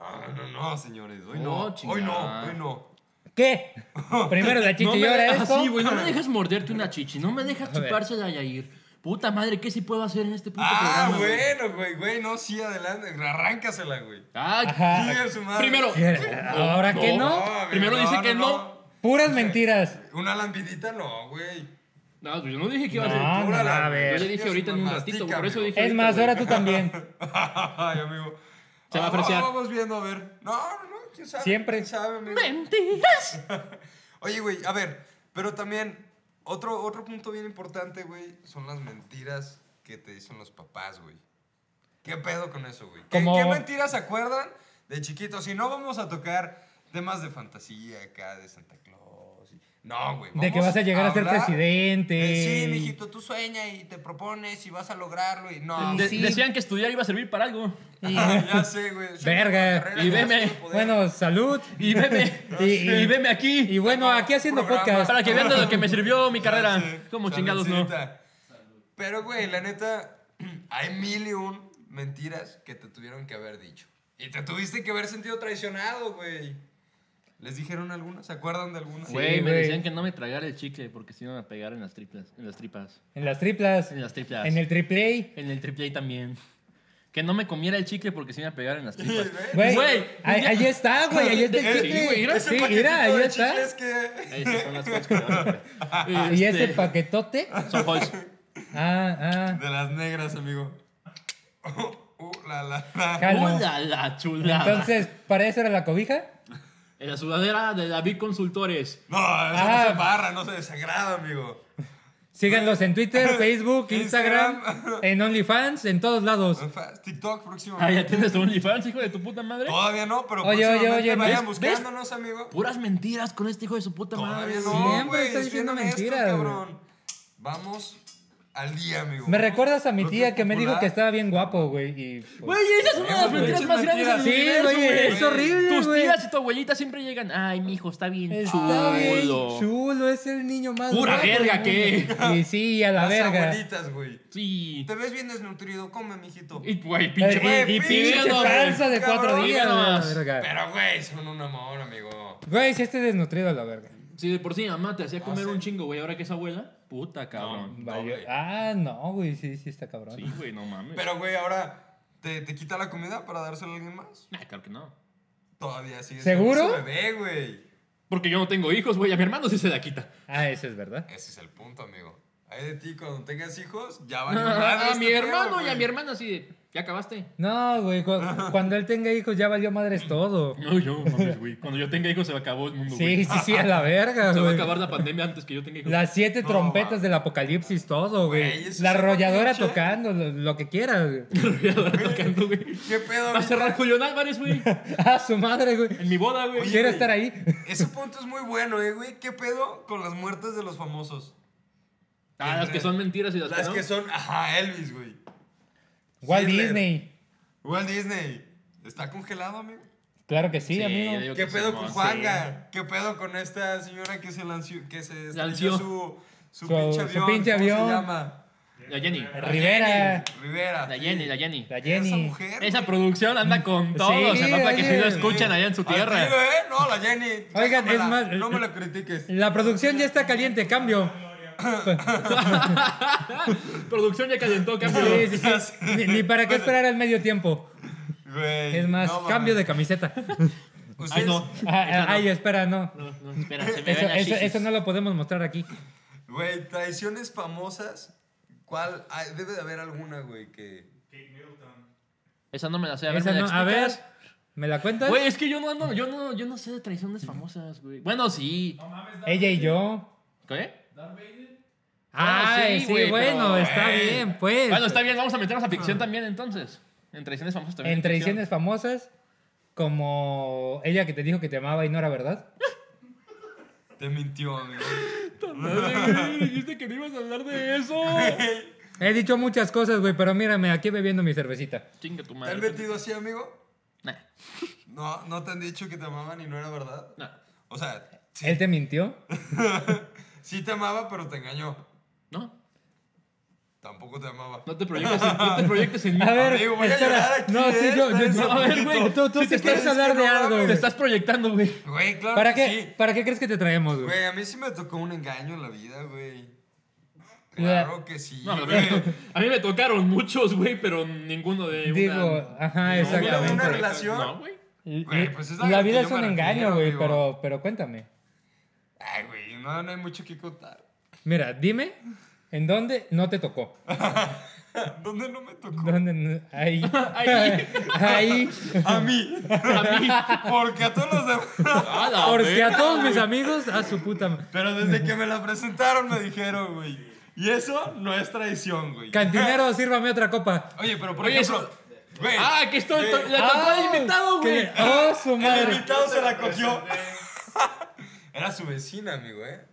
A: Ah, no, no, señores. Hoy no.
B: No,
A: hoy no,
B: Oh, chingada.
A: hoy no.
C: ¿Qué? Primero la chicha
B: No
C: y
B: me,
C: ahora
B: ah,
C: esto.
B: sí, güey, no me dejas morderte una chichi, no me dejas
C: A ver.
B: chupársela a Yair. Puta madre, ¿qué sí puedo hacer en este puto
A: Ah,
B: programa, güey?
A: bueno, güey, güey, no, sí, adelante, arráncasela, güey.
B: Ay,
C: Ajá.
A: Chingue su madre.
B: Primero.
C: Ahora que no.
A: amigo,
B: Primero dice que no.
C: Puras mentiras.
A: Una lambidita no, güey.
B: No, pues yo no dije que iba a
C: No,
B: ser.
C: no, no, a ver.
B: Yo le dije ahorita en un ratito, por eso dije.
C: Es más, ahora tú también.
A: Ay, amigo.
B: Se va a
A: Ah,
B: apreciar.
A: Vamos viendo, a ver. No, no, no, quién sabe.
C: Siempre.
A: quién sabe, amigo.
B: ¡Mentiras!
A: Oye, güey, a ver, pero también, otro, otro punto bien importante, güey, son las mentiras que te dicen los papás, güey. ¿Qué pedo con eso, güey? ¿Qué,
C: Como-
A: qué mentiras se acuerdan de chiquitos? Si no, vamos a tocar temas de fantasía acá, de Santa Claus. y- No, güey.
C: De que
A: vamos
C: vas a llegar a ser
A: hablar
C: presidente.
A: de, sí, mijito, tú sueñas y te propones y vas a lograrlo y no. Ah,
B: De-
C: sí.
B: Decían que estudiar iba a servir para algo.
C: Y-
A: ya sé, güey. Yo tengo
C: Verga.
A: una carrera
B: Y
A: que
B: veme.
A: no sé poder.
C: bueno, salud.
B: Y veme, y, y veme aquí.
C: Y bueno, aquí haciendo
A: Programas.
C: podcast.
B: para que vean de lo que me sirvió mi carrera.
A: Ah, Sí,
B: Como chingados no.
A: saludcita. Pero, güey, la neta, hay mil y un mentiras que te tuvieron que haber dicho. Y te tuviste que haber sentido traicionado, güey. ¿Les dijeron algunas? ¿Se acuerdan de algunas?
C: Sí.
B: Güey, me
C: güey.
B: decían que no me tragara el chicle porque se iban a pegar en las triplas, en las tripas.
C: En las triplas.
B: En las triplas.
C: En el triple A.
B: En el triple A también. Que no me comiera el chicle porque se iba a pegar en las tripas.
C: Güey,
B: Güey,
C: ahí,
B: ya-
C: ahí está, güey, ahí está el
A: Eh,
C: chicle.
B: sí, güey, mira
A: Ese
C: sí,
A: paquetito
C: mira, ahí
A: de
C: está.
A: chicles que-
B: Esas son las cosas que me van a pegar.
C: Y
B: Este,
C: ese paquetote.
B: Son falsos.
C: Ah, ah.
A: De las negras, amigo. Uh, la, la, la.
C: Jalo.
B: ¡Hola, la chulada!
C: Entonces, ¿para eso era la cobija?
B: En la sudadera de David Consultores.
A: No, eso
C: Ah.
A: no se barra, no se desagrada, amigo.
C: Síganlos en Twitter, Facebook, Instagram,
A: Instagram.
C: en OnlyFans, en todos lados.
A: TikTok próximo.
B: Ah, ya tienes tu OnlyFans, hijo de tu puta madre.
A: Todavía no, pero
C: Oye, oye,
A: próximamente
C: oye,
A: vayan
C: ¿ves?
A: buscándonos, amigo.
B: Puras mentiras con este hijo de su puta madre.
A: Todavía
C: Siempre
A: no, güey.
C: estás
A: estoy
C: diciendo
A: viendo esto,
C: mentiras,
A: cabrón. Vamos al día, amigo.
C: Me recuerdas a mi
A: Lo
C: tía que me dijo que
A: popular-
C: estaba bien guapo, güey. y, pues,
B: Güey, esa es una de las mentiras más grandes del
C: Sí,
B: universo,
C: güey, es horrible,
B: Tus
C: güey.
B: tías y tu abuelita siempre llegan. Ay, mijo, está bien
C: Está
B: chulo.
C: bien chulo, es el niño más
B: Pura
C: guapo
B: verga
C: del mundo. Y sí, a la
A: Las
C: verga.
A: abuelitas, güey.
B: Sí.
A: Te ves bien desnutrido, come, mijito.
B: Y, güey,
C: Eh,
B: pinche
A: güey,
C: y, y
A: pinche
C: pinche panza de cuatro
A: cabrón,
B: mira
C: días, a
B: nomás.
C: la verga.
A: Pero, güey, son un amor, amigo.
C: Güey, si este desnutrido a la verga.
B: Si de por sí mi mamá te hacía comer
A: Ah, sí.
B: un chingo, güey, ahora que es abuela, puta cabrón.
C: Vaya-
A: güey.
C: Ah, no, güey, sí, sí está cabrón.
B: Sí, güey, no mames.
A: Pero, güey, ahora te, te quita la comida para dársela a alguien más.
B: Nah, claro que no.
A: Todavía sigue
C: ¿Seguro?
A: siendo su bebé, güey.
B: Porque yo no tengo hijos, güey. A mi hermano sí se la quita.
C: Ah, eso es verdad.
A: Ese es el punto, amigo. Ahí de ti, cuando tengas hijos, ya este van
B: Ah, a mi hermano y a mi hermana así de, ¿ya acabaste?
C: No, güey, cu- cuando él tenga hijos ya valió madres todo.
B: No, yo, mames, güey. Cuando yo tenga hijos se va a acabar el mundo, güey.
C: Sí, sí, sí, a la verga,
B: Se va a
C: güey.
B: acabar la pandemia antes que yo tenga hijos.
C: Las siete
A: No,
C: trompetas
A: mames.
C: del apocalipsis, todo,
A: Güey,
C: güey.
A: eso
C: La
A: es una
C: arrolladora
A: pinche-
C: tocando, lo, lo que quieras, güey.
B: tocando, güey.
A: ¿Qué pedo?
B: Va a
A: ahorita?
B: cerrar Julián Álvarez, güey.
C: Ah, su madre, güey.
B: En mi boda, güey.
A: Oye,
C: Quiero
A: güey.
C: estar ahí.
A: Ese punto es muy bueno, eh, güey. ¿Qué pedo con las muertes de los famosos?
B: Ah, las que son mentiras y las,
A: Las
B: que no.
A: que son, ajá, Elvis, güey.
C: Walt
A: Hitler.
C: Disney.
A: Walt Disney. ¿Está congelado, amigo?
C: Claro que sí,
B: Sí,
C: amigo.
B: yo digo
A: ¿Qué
B: que
A: pedo
B: sí,
A: con
B: no,
A: Juanga? ¿Qué pedo con esta señora que se lanzó, que se
B: Lanció.
A: estrelló su, su,
C: Su- su
A: pinche avión?
C: pinche
A: ¿Cómo
C: avión.
A: se llama?
B: sí. La Jenny.
C: Rivera.
A: Rivera.
B: La Jenny, la Jenny.
C: La
A: Esa
C: Jenny.
A: mujer.
B: Esa producción anda con todo. se nota que sí lo
C: oye.
B: escuchan allá en su
A: Al tiro,
B: tierra.
A: ¿eh? No, la Jenny.
C: Oigan,
A: déjamela,
C: es más- eh,
A: No me la critiques.
C: La producción ya está caliente, cambio.
B: producción ya calentó,
C: Sí,
B: cambio.
C: sí, sí. Ni, ni para qué esperar al medio tiempo.
A: Güey,
C: Es más,
A: no mames.
C: cambio de camiseta.
A: Ustedes-
B: Ay, no.
C: Ah, ah, Ay, espera, no.
B: No, no, espera, se me
C: Eso,
B: ven las
C: eso,
B: shishis.
C: eso no lo podemos mostrar aquí.
A: Güey, traiciones famosas. ¿Cuál? Ay, debe de haber alguna, güey, que.
B: Esa no me la sé. A ver,
C: Esa
B: ¿me la
C: no- a ver,
B: explicas?
C: ¿me la cuentas?
B: Güey, es que yo no ando, yo no, yo no sé de traiciones famosas, güey. Bueno, sí.
C: Ella y yo.
B: ¿Qué? Ah,
C: Ay,
B: sí,
C: sí,
B: güey,
C: bueno,
B: pero-
C: está
A: Ey.
C: bien, pues.
B: Bueno, está bien, vamos a meternos a
A: Ah.
B: ficción también entonces. En traiciones famosas también. hay
C: en
B: ficción.
C: traiciones famosas, como ella que te dijo que te amaba y no era verdad.
A: Te mintió, amigo.
B: Madre, Dijiste que no ibas a hablar de eso.
C: He dicho muchas cosas, güey, pero mírame, aquí bebiendo mi cervecita.
B: Chinga tu
A: ¿Te
B: madre.
A: han metido
C: pues,
A: así, amigo?
B: Nah,
A: No, no te han dicho que te amaban y no era verdad.
B: nah.
A: O sea,
C: ¿Él te mintió?
A: sí te amaba, pero te engañó.
B: No,
A: Tampoco te amaba.
B: no te proyectes en, no te proyectes en mí.
C: A ver,
A: Amigo, voy a
C: espera.
A: llorar aquí,
C: no, sí,
A: ¿eh?
C: yo, yo-
A: Espérense
C: yo-
B: un A ver, güey,
C: tú, tú
A: Si
C: te
A: te
C: quieres
A: quieres
C: hablar
A: que
C: de
A: no
C: algo,
A: hables,
B: Te
C: güey.
B: estás proyectando, güey.
A: Güey, claro
C: ¿Para
A: que
C: qué,
A: sí.
C: ¿Para qué crees que te traemos, güey?
A: Güey, a mí sí me tocó un engaño en la vida, güey.
C: La-
A: Claro que sí,
B: No, a, mí
A: güey.
B: me to- a mí me tocaron muchos, güey, pero ninguno de una...
C: Digo, ajá, exactamente.
A: ¿Una relación?
B: No, güey.
A: Güey, pues es a
C: la
A: lo que
C: vida
A: yo
C: es un
A: me
C: engaño,
A: refiero,
C: güey,
A: amigo.
C: pero, pero cuéntame.
A: Ay, güey, no, no hay mucho que contar.
C: Mira, dime, ¿en dónde no te tocó?
A: ¿Dónde no me tocó?
C: ¿Dónde? no- Ahí.
B: Ahí.
C: Ahí.
A: A mí.
B: A mí.
A: Porque a todos los demás.
B: A la
C: Porque
B: verga,
C: a todos
B: güey.
C: mis amigos, a su puta madre.
A: Pero desde que me la presentaron me dijeron, güey. Y eso no es traición, güey.
C: Cantinero, sírvame otra copa.
A: Oye, pero por
B: Oye,
A: ejemplo.
B: eso-
A: Güey,
B: Ah, aquí estoy. to- La tocó
C: Ah,
B: de invitado, güey.
C: que- ¡Oh, su
A: el
C: madre!
A: invitado se la cogió. Era su vecina, amigo, ¿eh?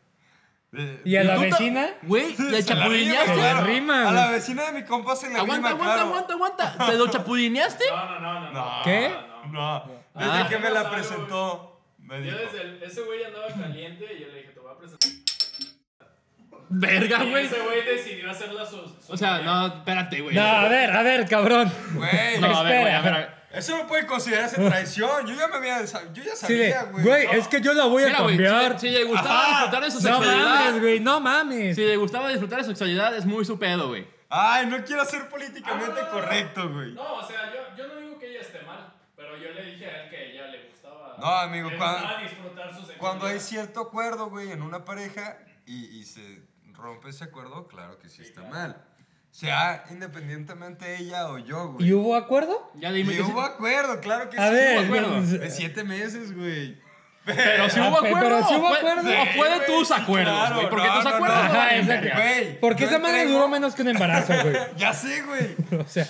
A: Eh,
C: ¿Y a la
B: tú ta-
C: vecina?
B: Güey, le
A: se la
B: chapulineaste.
A: rima,
C: Se la rima,
A: A la
C: güey.
A: vecina de mi compa se la
B: Aguanta,
A: rima,
B: aguanta,
A: claro.
B: aguanta, aguanta. ¿Te lo chapulineaste?
D: No, no, no, no. no.
A: No,
C: ¿Qué?
A: No. Desde
B: Ah.
A: que me la presentó, me
D: Yo
A: dijo.
D: desde el, ese güey andaba caliente y yo le dije, te voy a presentar.
B: Verga,
D: Y
B: Ah, güey.
D: ese güey decidió hacerla su. su
B: O sea, no, espérate, güey.
C: No, a ver, a ver, cabrón.
A: Güey,
B: No, a ver, güey,
C: espera.
B: a ver, a ver.
A: eso no puede considerarse traición. Yo ya me había, sa- yo ya
C: Sí, de,
A: sabía, güey.
C: güey, es que yo la voy a
B: Mira, güey,
C: cambiar.
B: si, si le gustaba disfrutar de su
C: no
B: sexualidad.
C: mames, güey, no mames.
B: si le gustaba disfrutar de su sexualidad, es muy su pedo, güey.
A: Ay, no quiero ser políticamente correcto, güey.
D: No, o sea, yo, yo no digo que ella esté mal, pero yo le dije a él que a ella le gustaba.
A: No, amigo,
D: le
A: cuando-
D: gustaba disfrutar sus
A: Cuando hay cierto acuerdo, güey, en una pareja y, y se rompe ese acuerdo, claro que sí, está mal. Sea independientemente ella o yo,
C: ¿Y
A: güey.
C: hubo acuerdo?
B: Ya
A: Y
B: dime que sí.
A: hubo acuerdo, claro que
C: A
A: sí.
C: ver,
A: hubo acuerdo.
C: pues-
A: De siete meses, güey.
B: Pero si
C: Ah,
B: hubo
C: pero
B: acuerdo.
C: si
B: o
C: hubo
B: fue-
C: acuerdo.
B: O fue de
A: Sí,
B: tus
A: güey, sí,
B: acuerdos,
A: claro,
B: güey. Porque
A: no,
B: tus
A: no,
B: acuerdos.
A: no.
B: no
C: Ajá,
B: valen
C: exacto.
B: verga.
A: Güey,
C: Porque
A: yo
C: esa madre
A: entrego-
C: duró menos que un embarazo, güey.
A: Ya sé, güey.
C: O sea,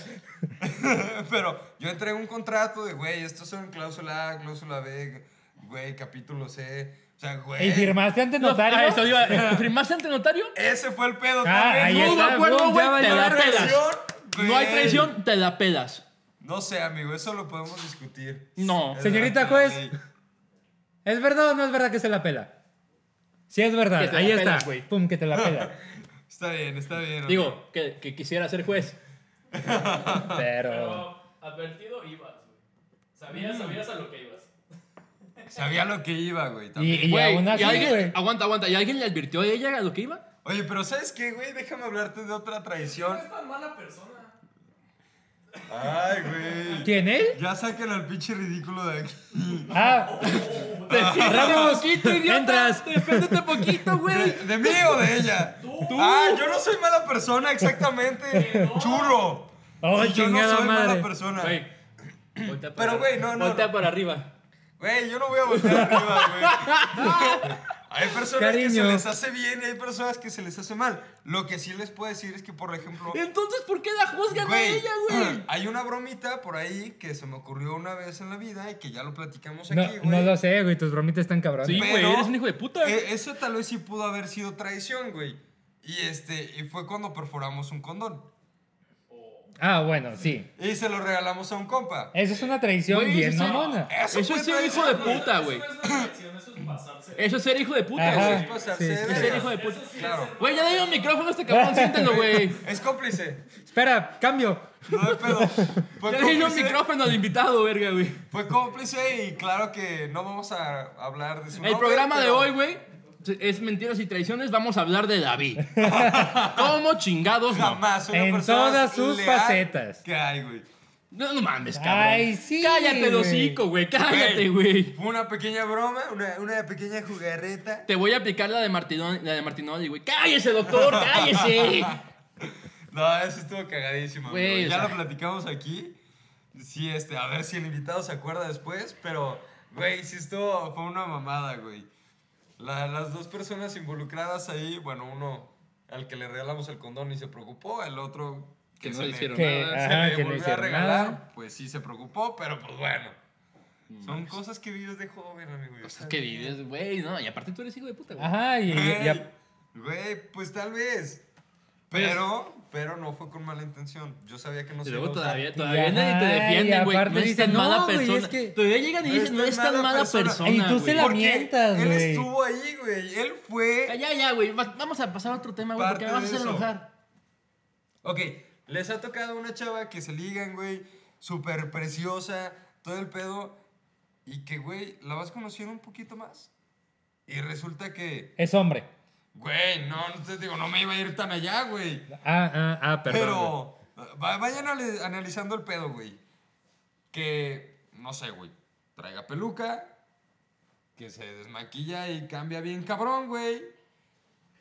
A: Pero yo entregué un contrato de, güey, estos son cláusula A, cláusula B, güey, capítulo C. O sea, güey.
C: ¿y firmaste ante notario?
B: Ah, eso iba- ¿Firmaste ante notario?
A: Ese fue el pedo
C: Ah,
A: también.
C: ahí
A: No
B: No hubo
C: está,
B: acuerdo,
C: boom,
B: güey. Te
C: ya valió
B: la
C: verga.
B: pelas.
A: traición,
B: No hay
A: güey.
B: traición, te la pelas.
A: No sé, amigo, eso lo podemos discutir.
B: No.
A: Es
C: Señorita
A: durante la
C: juez.
A: ley.
C: ¿Es verdad o no es verdad que se la pela? Sí, es verdad.
B: Que te la
C: Ahí
B: pelas,
C: está.
B: güey.
C: Pum, que te la pela.
A: Está bien, está bien. amigo.
B: Digo, que, que quisiera ser juez.
C: Pero.
D: Pero advertido ibas, güey.
B: Mm.
D: Sabías, sabías a lo que ibas.
A: Sabía lo que iba, güey.
C: Y,
A: también.
C: y
B: Güey,
C: aún
B: ¿y
C: así,
B: alguien-
C: güey.
B: Aguanta, aguanta. ¿Y alguien le advirtió a ella a lo que iba?
A: Oye, pero ¿sabes qué, güey? Déjame hablarte de otra
D: No
A: traición.
D: es tan mala persona.
A: Ay, güey.
C: ¿Quién él?
A: Ya saquen al pinche ridículo de aquí.
C: Ah,
B: Defiéndete poquito, idiota.
C: Entras.
B: Defiéndete poquito,
A: ¿De,
B: güey.
A: de mí o de ella? Ah, yo no soy mala persona, exactamente. Churro.
C: Oh,
A: Sí, yo no
C: chingada
A: soy
C: madre.
A: mala persona.
B: Güey. voltea para
A: Pero, güey, no, no,
B: Voltea
A: no.
B: para arriba.
A: Güey, yo no voy a voltear arriba, güey. Hay personas que se
C: Cariño.
A: les hace bien y hay personas que se les hace mal. Lo que sí les puedo decir es que, por ejemplo,
B: Entonces, ¿por qué la juzgan a
A: Güey,
B: ella, güey?
A: Hay una bromita por ahí que se me ocurrió una vez en la vida y que ya lo platicamos
C: No,
A: aquí, güey.
C: no lo sé, güey. Tus bromitas están cabrón.
B: Sí, güey,
A: Pero-
B: eres un hijo de puta.
A: E- eso tal vez sí pudo haber sido traición, güey. Y este, y fue cuando perforamos un condón.
C: Ah, bueno, sí.
A: Y se lo regalamos a un compa.
C: Eso es una traición
B: Güey,
C: bien
B: eso sí.
C: mamona.
A: Eso,
B: Eso
A: fue
B: es ser hijo
A: traición,
B: de
A: güey.
B: puta,
D: Eso
B: güey.
D: no es una traición, eso es pasarse.
B: Eso es ser hijo de puta,
C: Ajá.
B: güey.
A: Es pasarse
C: Sí, sí,
A: de
C: sí.
B: Es ser
A: verga.
B: hijo de puta.
D: Eso sí
A: Claro.
D: es ser-
B: Güey, ya le dio el micrófono a este cabrón, siéntelo, güey.
A: Es cómplice.
C: Espera, cambio.
A: No de pedo. Fue
B: Ya le dio el
A: cómplice,
B: micrófono al invitado, verga, güey.
A: fue cómplice y claro que no vamos a hablar de su
B: El
A: nombre,
B: programa de
A: pero-
B: hoy, güey, es mentiras y traiciones. Vamos a hablar de David. ¿Cómo chingados? No,
A: Jamás una
C: En
A: persona
C: todas sus
A: leal
C: facetas.
A: Que hay, güey.
B: no, no mames, cabrón.
C: Ay, sí,
B: Cállate, el
C: güey.
B: hocico, güey. Cállate, güey.
A: Fue una pequeña broma, una, una pequeña jugarreta.
B: Te voy a aplicar la de Martinoli, la de Martinoli, güey. Cállese, doctor, cállese.
A: No, eso estuvo cagadísimo. amigo.
B: Güey, o
A: ya
B: sea-
A: lo platicamos aquí. Sí, este, a ver si el invitado se acuerda después, pero, güey, sí estuvo, fue una mamada, güey. La- las dos personas involucradas ahí, bueno, uno al que le regalamos el condón y se preocupó, el otro
B: Que no
A: se
B: le
A: le-
B: hicieron
C: Que-
B: nada.
A: se
C: Ajá,
A: le
C: que no
A: volvió a
C: hicieron
A: regalar,
C: nada.
A: pues sí se preocupó, pero pues bueno. Son cosas que vives de joven, amigo. ya
B: Mm. Cosas
A: sabes.
B: que vives, güey, no. Y aparte tú eres hijo de puta, güey.
C: Pues Ajá, y, y- y
A: Güey,
C: a-
A: güey, pues tal vez.
C: Pues-
A: Pero, pero no fue con mala intención. Yo sabía que no
B: Y
A: se
B: luego
A: iba a usar.
B: todavía, todavía vienen y te
C: ajá,
B: defienden,
C: y
B: güey. No
C: aparte
B: es tan
C: dicen,
B: mala
C: "No, güey,
B: persona.
C: es que-
B: Todavía llegan y
A: No es
B: dicen, no
A: tan
B: es tan
A: mala
B: mala
A: persona".
B: persona.
C: Y tú se
B: güey.
C: la
A: Porque
C: mientas,
A: Él
C: güey.
A: estuvo ahí, güey. Él
B: Ya,
A: fue.
B: ya, ya, güey. va- Vamos a pasar a otro tema, güey, porque me
A: Parte
B: vas a
A: de
B: hacer
A: eso.
B: enojar.
A: Ok, les ha tocado una chava que se ligan, güey. Súper preciosa, todo el pedo. Y que, güey, la vas conociendo un poquito más. Y resulta que,
C: es hombre.
A: güey, no, no te digo, no me iba a ir tan allá, güey.
C: Ah, ah, ah, perdón. güey.
A: Pero va- vayan ale- analizando el pedo, güey. Que, no sé, güey, traiga peluca, que se desmaquilla y cambia bien cabrón, güey.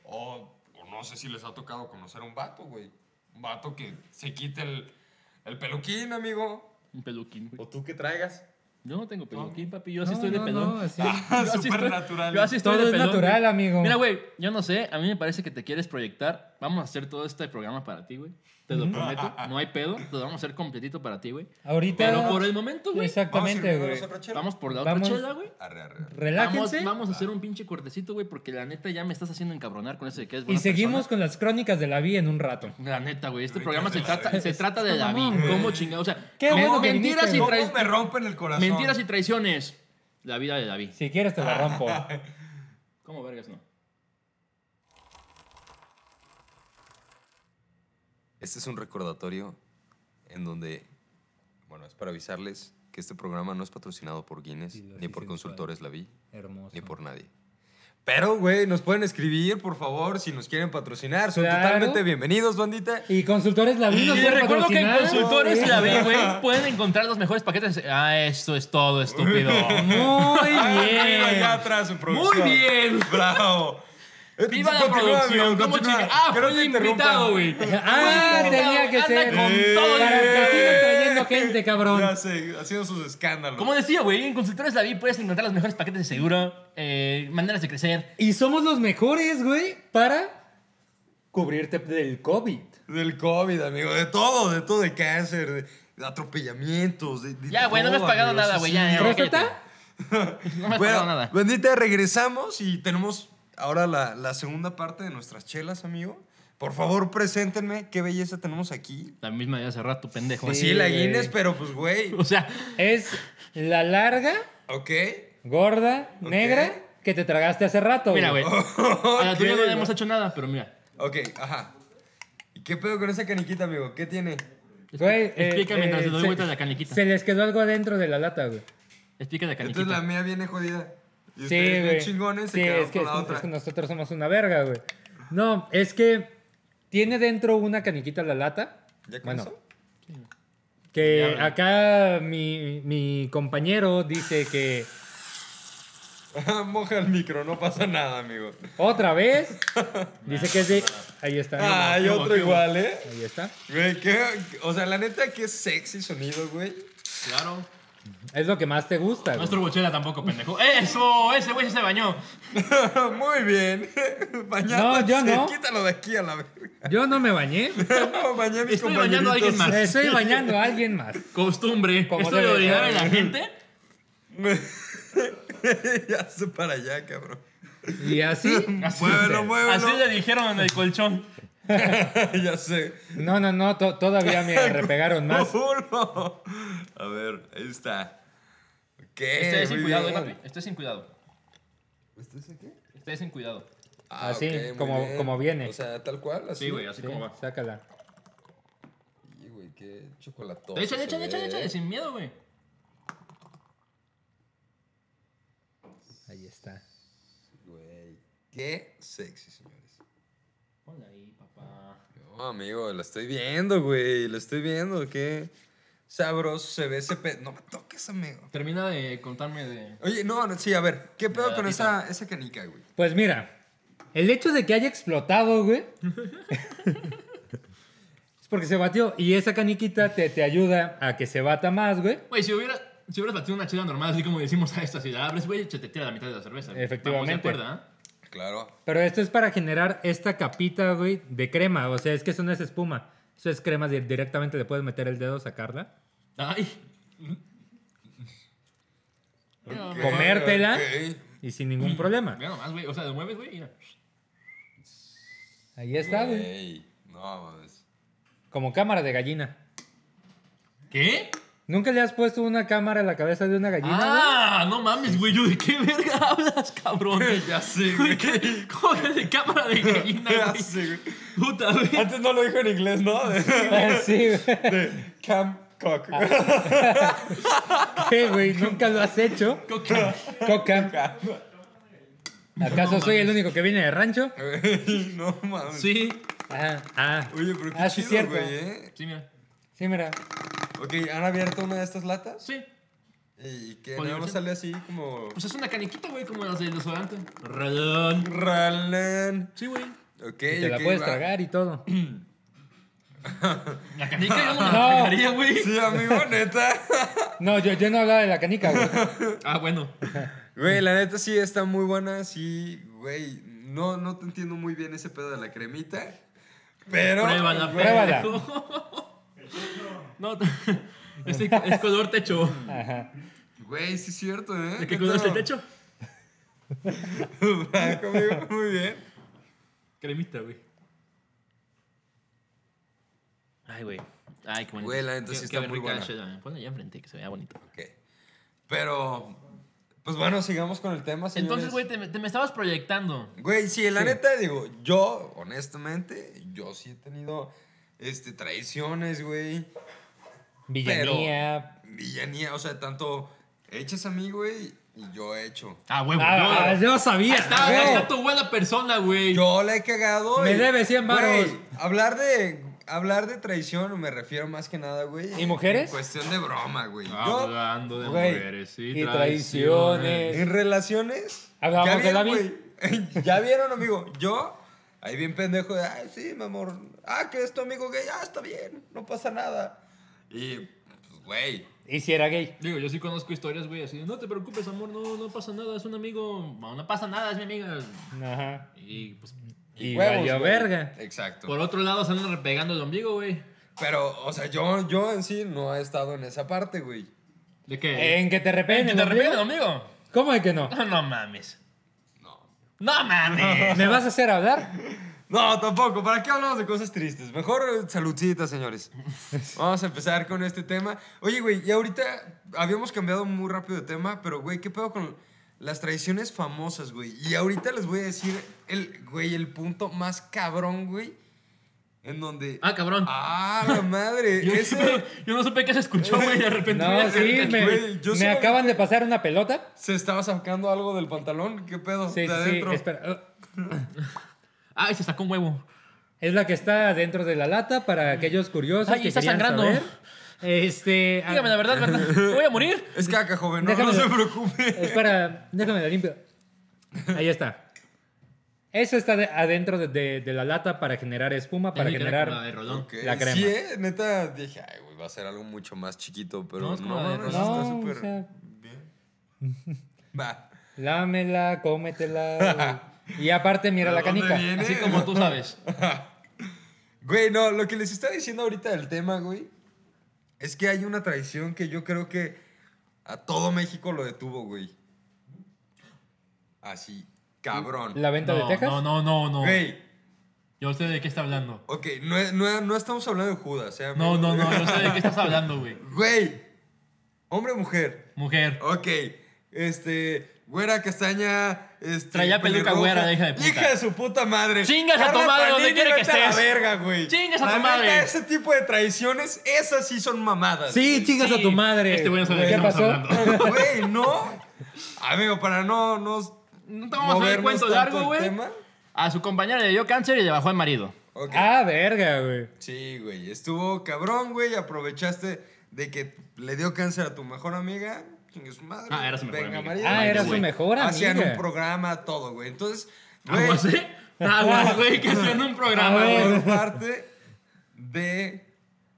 A: O, o no sé si les ha tocado conocer a un vato, güey. Un vato que se quite el, el peluquín, amigo.
B: Un peluquín, güey.
A: O tú que traigas.
B: Yo no tengo peluquín, papi. Yo
C: No,
B: así estoy de
C: no,
B: pelón. Ah.
C: no, así-
B: Yo así
A: Súper
B: estoy-
A: natural.
B: Yo así estoy
C: Todo
B: de
C: es
B: pelón.
C: natural,
B: güey.
C: amigo.
B: Mira, güey, yo no sé. A mí me parece que te quieres proyectar Vamos a hacer todo este programa para ti, güey. Te lo prometo. No hay pedo. Te lo vamos a hacer completito para ti, güey.
C: Ahorita.
B: Pero por el momento, güey. Ah,
C: Exactamente,
A: ¿Vamos a ir
C: güey.
A: con nosotros, Chelo?
B: Vamos por la otra
C: Vamos.
B: chela, güey.
A: Arre, arre, arre.
B: Vamos,
C: Relájense.
B: vamos a hacer un pinche cortecito, güey, porque la neta ya me estás haciendo encabronar con eso de que es
C: y seguimos con las crónicas de la vida en un rato.
B: La neta, güey, este
A: Crónicas
B: programa se
A: de la
B: trata,
A: vida.
B: se trata de David. ¿Cómo chingado? O sea,
C: Qué
B: me-
C: bueno que
B: mentiras,
C: viniste.
B: y
A: ¿Cómo
B: trai-
A: me rompen el corazón?
B: mentiras y traiciones. La vida de David.
C: Si quieres
B: Ah.
C: te la rompo.
B: ¿Cómo vergas no?
A: Este es un recordatorio en donde, bueno, es para avisarles que este programa no es patrocinado por Guinness,
C: Y lo
A: ni por
C: dicen
A: Consultores La Vi,
C: Hermoso.
A: ni por nadie. Pero, güey, nos pueden escribir, por favor, si nos quieren patrocinar. Son
C: Claro.
A: totalmente bienvenidos, bandita.
C: Y consultores la vida.
B: Y les recuerdo que en Consultores La Vi, güey, pueden encontrar los mejores paquetes. Ah, esto es todo, estúpido.
C: Muy
A: Ah, mira, allá
C: bien.
A: atrás, su
B: Muy
A: producción.
B: bien.
A: Bravo.
B: Viva la
A: Continúa,
B: producción.
A: amigo,
B: ¿Cómo
A: continúa.
B: chinga? Ah,
A: Que no
B: fue
A: te
B: invitado,
A: interrumpan. Eh.
B: güey.
C: Ah,
B: Fue
C: tenía que
B: invitado.
C: ser.
B: Anda con todo el-
C: Para que sigan trayendo gente,
A: Ya
C: cabrón.
A: sé, haciendo sus escándalos.
B: Como decía, güey, en Consultores La Vi puedes encontrar los mejores paquetes de seguro, eh, maneras de crecer.
C: Y somos los mejores, güey, para cubrirte del COVID.
A: Del COVID, amigo, de todo, de todo, de cáncer, de atropellamientos, de, de
B: Ya, güey, no me has
A: todo,
B: pagado
A: amigo,
B: nada,
A: sí,
B: güey.
A: sí.
B: Ya, ya,
C: ¿Próstata?
B: cállate. No me
A: Bueno,
B: has pagado nada.
A: Bendita, regresamos y tenemos ahora la, la segunda parte de nuestras chelas, amigo. Por favor, preséntenme qué belleza tenemos aquí.
B: La misma de hace rato, pendejo.
A: Pues
C: Sí,
A: sí, la
C: güey.
A: Guinness, pero pues, güey,
B: O sea,
C: Es la larga,
A: ok.
C: gorda,
A: Ok.
C: negra que te tragaste hace rato.
B: mira, güey.
C: Ah,
B: A la tuya no
A: Ok,
B: le hemos hecho nada, pero mira.
A: Ok, ajá. ¿Y qué pedo con esa caniquita, amigo? ¿Qué tiene?
C: Güey, eh,
B: Explica mientras
C: eh,
B: le doy
C: se-
B: vuelta a la caniquita.
C: Se les quedó algo adentro de la lata, güey.
B: Explica la
A: Entonces la
B: caniquita.
A: mía viene jodida. Y
C: Sí,
A: ustedes bien
C: güey.
A: chingones se
C: Sí,
A: quedaron
C: es que,
A: con la
C: es-
A: otra.
C: es que nosotros somos una verga, güey. No, es que tiene dentro una caniquita la lata.
A: ¿Ya con
C: Bueno,
A: eso?
B: Ya,
C: que
B: güey.
C: acá mi, mi compañero dice que
A: Ah, Moja el micro, no pasa nada, amigo.
C: otra vez dice que es de ahí está.
A: Ah, hay
B: qué
A: otro
B: bueno.
A: igual, ¿eh?
C: Ahí está.
A: Güey, qué, o sea, la neta, qué sexy sonido, güey.
B: Claro.
C: Es lo que más te gusta. güey.
B: Nuestro bochera tampoco, pendejo. ¡Eso! Ese güey sí se bañó.
A: Muy bien. Bañándose,
C: No, yo no.
A: Quítalo de aquí a la verga.
C: Yo no me bañé.
A: No, bañé a mis
B: Estoy bañando a alguien
A: compañeritos.
B: más.
C: Estoy bañando a alguien más.
B: Costumbre.
C: Como
B: Esto de
C: debe
B: orinar
C: ser.
B: en la gente.
A: ya se para allá, cabrón.
C: Y así.
A: Muévelo, muévelo.
B: Así le dijeron en el colchón.
A: ya sé.
C: No, no, no. to- todavía me repegaron más.
A: Uno. A ver, ahí está. Ok,
B: Este es
A: muy
B: sin cuidado, eh,
A: bien.
B: papi. Este es sin cuidado.
A: ¿Este es aquí?
B: Este es sin cuidado.
A: Ah,
C: Así,
A: ok, muy
C: como-
A: bien.
C: como viene.
A: O sea, tal cual, así.
B: Sí, güey, así
C: Sí,
B: como va.
C: sácala.
A: Y, güey, qué chocolatoso.
B: Échale,
A: se
B: échale,
A: ve,
B: échale,
A: ¿eh?
B: échale, sin miedo, güey.
C: Ahí está.
A: Güey, qué sexy, señores.
B: Ponla ahí, papá.
A: No, amigo, lo estoy viendo, güey. Lo estoy viendo. Qué sabroso se ve ese pedo. No me toques, amigo.
B: Termina de contarme de.
A: Oye, no, no, sí, a ver. ¿Qué pedo
B: La
A: con
B: gatita.
A: esa, esa canica, güey?
C: Pues mira, el hecho de que haya explotado, güey, es porque se batió. Y esa caniquita te, te ayuda a que se bata más, güey.
B: Güey, si hubiera, si hubieras batido una chela normal, así como decimos a esta ciudad, abres, güey, se te tira la mitad de la cerveza. güey.
C: Efectivamente.
B: Vamos, ¿se acuerda, ah?
A: Claro.
C: Pero esto es para generar esta capita, güey, de crema. O sea, es que eso no es espuma. Eso es crema de- directamente. Le puedes meter el dedo, sacarla.
B: Ay.
A: Ok,
C: Comértela.
A: ok.
C: Y sin ningún problema.
B: Mira nomás, güey. O sea, lo mueves, güey. Mira.
C: Ahí está, güey.
A: Güey, No, mames.
C: Como cámara de gallina.
B: ¿Qué?
C: ¿Nunca le has puesto una cámara a la cabeza de una gallina? güey?
B: Ah, no mames, güey. Yo de qué verga hablas, cabrón.
A: Ya sé,
B: Güey,
A: güey.
B: ¿qué? ¿Cómo que de cámara de gallina,
A: Ya
B: güey?
A: sé, güey.
B: Puta, güey.
A: Antes no lo dijo en inglés, ¿no? De,
C: Sí, güey.
A: de Cam Cock.
C: ¿Qué, güey? ¿Nunca lo has hecho?
B: Coca.
C: Coca. ¿Acaso soy el único que viene de rancho?
A: Güey, no, mames.
B: Sí.
C: Ah, ah.
A: Oye, pero qué
C: Ah, sí,
A: chido,
C: cierto.
A: güey, ¿eh?
B: Sí, mira.
C: Sí, mira.
A: Ok, ¿han abierto una de estas latas?
B: Sí.
A: Y que
B: Con
A: nada más
B: diversión.
A: sale así como...
B: Pues es una caniquita, güey, como las del desodorante. Radón.
A: Ralén.
B: Sí, güey.
A: Ok,
C: Y te la
A: ok,
C: puedes
A: va.
C: tragar y todo.
B: La canica yo no me la
C: No.
B: tragaría, güey.
A: Sí, amigo, neta.
C: No, yo, yo no hablaba de la canica, güey.
B: Ah, bueno.
A: Güey, la neta sí está muy buena, sí, güey. No, no te entiendo muy bien ese pedo de la cremita. Pero.
B: Pruébala,
A: güey,
C: Pruébala.
B: pendejo. No, es, es color techo.
C: Ajá.
A: Güey, sí es cierto, ¿eh?
B: ¿De qué color es el
A: tal?
B: techo?
A: Blanco, amigo, muy bien.
B: Cremita, güey. Ay, güey. Ay, qué bonito.
A: Güey, la neta
B: Qué-
A: sí
B: qué
A: está muy
B: rica
A: buena.
B: chela. Ponla allá enfrente, que se vea bonito.
A: Ok. Pero. Pues bueno, sigamos con el tema, señores.
B: Entonces, güey, te, me- te me estabas proyectando.
A: Güey, sí, la
C: Sí.
A: neta, digo, yo, honestamente, yo sí he tenido este, traiciones, güey.
C: Villanía.
A: Villanía, o sea, tanto echas a mí, güey, y yo he hecho.
B: Ah, huevo.
C: Ah, ah,
B: yo-
C: yo sabía.
B: Ahí está,
A: güey.
B: ahí está tu buena persona, güey.
A: Yo la he cagado.
C: Me
A: y-
C: debe 100
A: Güey,
C: varos.
A: Hablar de, hablar de traición me refiero más que nada, güey.
C: ¿Y mujeres?
A: En cuestión de broma, güey. Yo,
B: Ah, Hablando de
A: güey,
B: mujeres y,
C: y
B: traiciones.
C: traiciones.
A: en relaciones.
C: Hagamos
A: ¿ya
C: el
A: vieron,
C: David?
A: güey? ¿Ya vieron, amigo? Yo, ahí bien pendejo, de, ay, sí, mi amor. Ah, que es tu amigo gay. Ah, está bien, no pasa nada. Y, pues, güey.
C: Y si era gay.
B: Digo, yo sí conozco historias, güey, así. de, No te preocupes, amor, no, no pasa nada, es un amigo. No, no pasa nada, es mi amiga.
C: Ajá.
B: Y pues.
C: Y
A: huevos,
C: valió
A: güey.
C: verga.
A: Exacto.
B: Por otro lado, se andan repegando el ombligo, güey.
A: Pero, o sea, yo, yo en sí no he estado en esa parte, güey.
B: ¿De qué?
C: ¿En que te
B: ¿Que
C: repelen?
B: te repegan el ombligo?
C: ¿Cómo es que no?
B: No, no mames.
A: No.
B: No mames.
C: ¿Me vas a hacer hablar?
A: No, tampoco. ¿Para qué hablamos de cosas tristes? Mejor eh, saludcita, señores. Vamos a empezar con este tema. Oye, güey, y ahorita habíamos cambiado muy rápido de tema, pero, güey, ¿qué pedo con las traiciones famosas, güey? Y ahorita les voy a decir, el, güey, el punto más cabrón, güey, en donde...
B: Ah, cabrón.
A: ¡Ah, la madre!
B: yo,
A: Ese
B: yo no supe que se escuchó, güey, de repente.
C: No, sí, me,
A: güey, yo
C: me
A: solamente-
C: acaban de pasar una pelota.
A: se estaba sacando algo del pantalón. ¿Qué pedo?
C: Sí,
A: de
C: sí, sí,
A: adentro.
C: espera.
B: Ay, se sacó un huevo.
C: Es la que está dentro de la lata para aquellos curiosos
B: Ay,
C: que
B: está
C: querían
B: sangrando.
C: saber. Este, ah,
B: Dígame la verdad, ¿verdad? ¿Me voy a morir?
A: Es caca, joven. No,
C: Déjame- Eh,
A: no se preocupe.
C: Es para, déjame la limpio. Ahí está. Eso está de- adentro de, de- de la lata para generar espuma, para
B: Dije que era como la
C: generar.
B: de Rolón.
A: Ok,
C: La crema.
A: Sí, ¿eh? neta, dije, ay, güey, va a ser algo mucho más chiquito, pero
B: No,
A: no,
B: es como la de
A: mames,
C: Rosa.
A: está
C: No, o
A: súper
C: sea-
A: bien. Va.
C: Lámela, cómetela. güey. y aparte, mira
A: ¿De
C: la
A: dónde
C: canica.
A: viene?
B: Así como tú sabes.
A: Güey, no, lo que les estaba diciendo ahorita del tema, güey, es que hay una traición que yo creo que a todo México lo detuvo, güey. Así, cabrón.
C: La venta de
B: No,
C: Texas.
B: no, no, no, no.
A: Güey,
B: Yo sé de qué está hablando.
A: ok, no, es- no es- no estamos hablando de Judas, ¿eh?
B: No,
A: amigo?
B: no, no, yo sé de qué estás hablando, güey.
A: Güey, hombre o mujer.
B: Mujer.
A: Ok, este, güera castaña, este,
B: Traía peluca
A: pelirroja.
B: güera de hija de puta.
A: Hija de su puta madre.
B: Chingas a tu
A: Carla
B: madre, donde
A: Panini,
B: quiera que
A: vete a la
B: estés.
A: verga, güey.
B: Chingas a
A: La
B: tu
A: neta,
B: madre.
A: ese tipo de traiciones, esas sí son mamadas.
C: Sí, chingas
B: Sí,
C: a tu madre.
B: Este güey no sabe de
C: ¿Qué
B: estamos
C: pasó?
B: hablando.
A: Güey, no. Amigo, para no nos
B: No te vamos a hacer el cuento largo, güey. A su compañera le dio cáncer y le bajó el marido.
A: Ok.
C: Ah, verga, güey.
A: Sí, güey, estuvo cabrón, güey, aprovechaste de que le dio cáncer a tu mejor amiga. Chingue su madre.
B: Ah, era su mejor amiga.
A: María.
C: Ah,
B: Ay,
C: era
B: güey.
C: su mejor
A: Hacían
C: amiga.
A: un programa, todo, güey. Entonces, güey,
B: Aguas, ¿eh? Aguas, güey, que suena un programa,
C: A ver.
B: güey.
A: por parte de.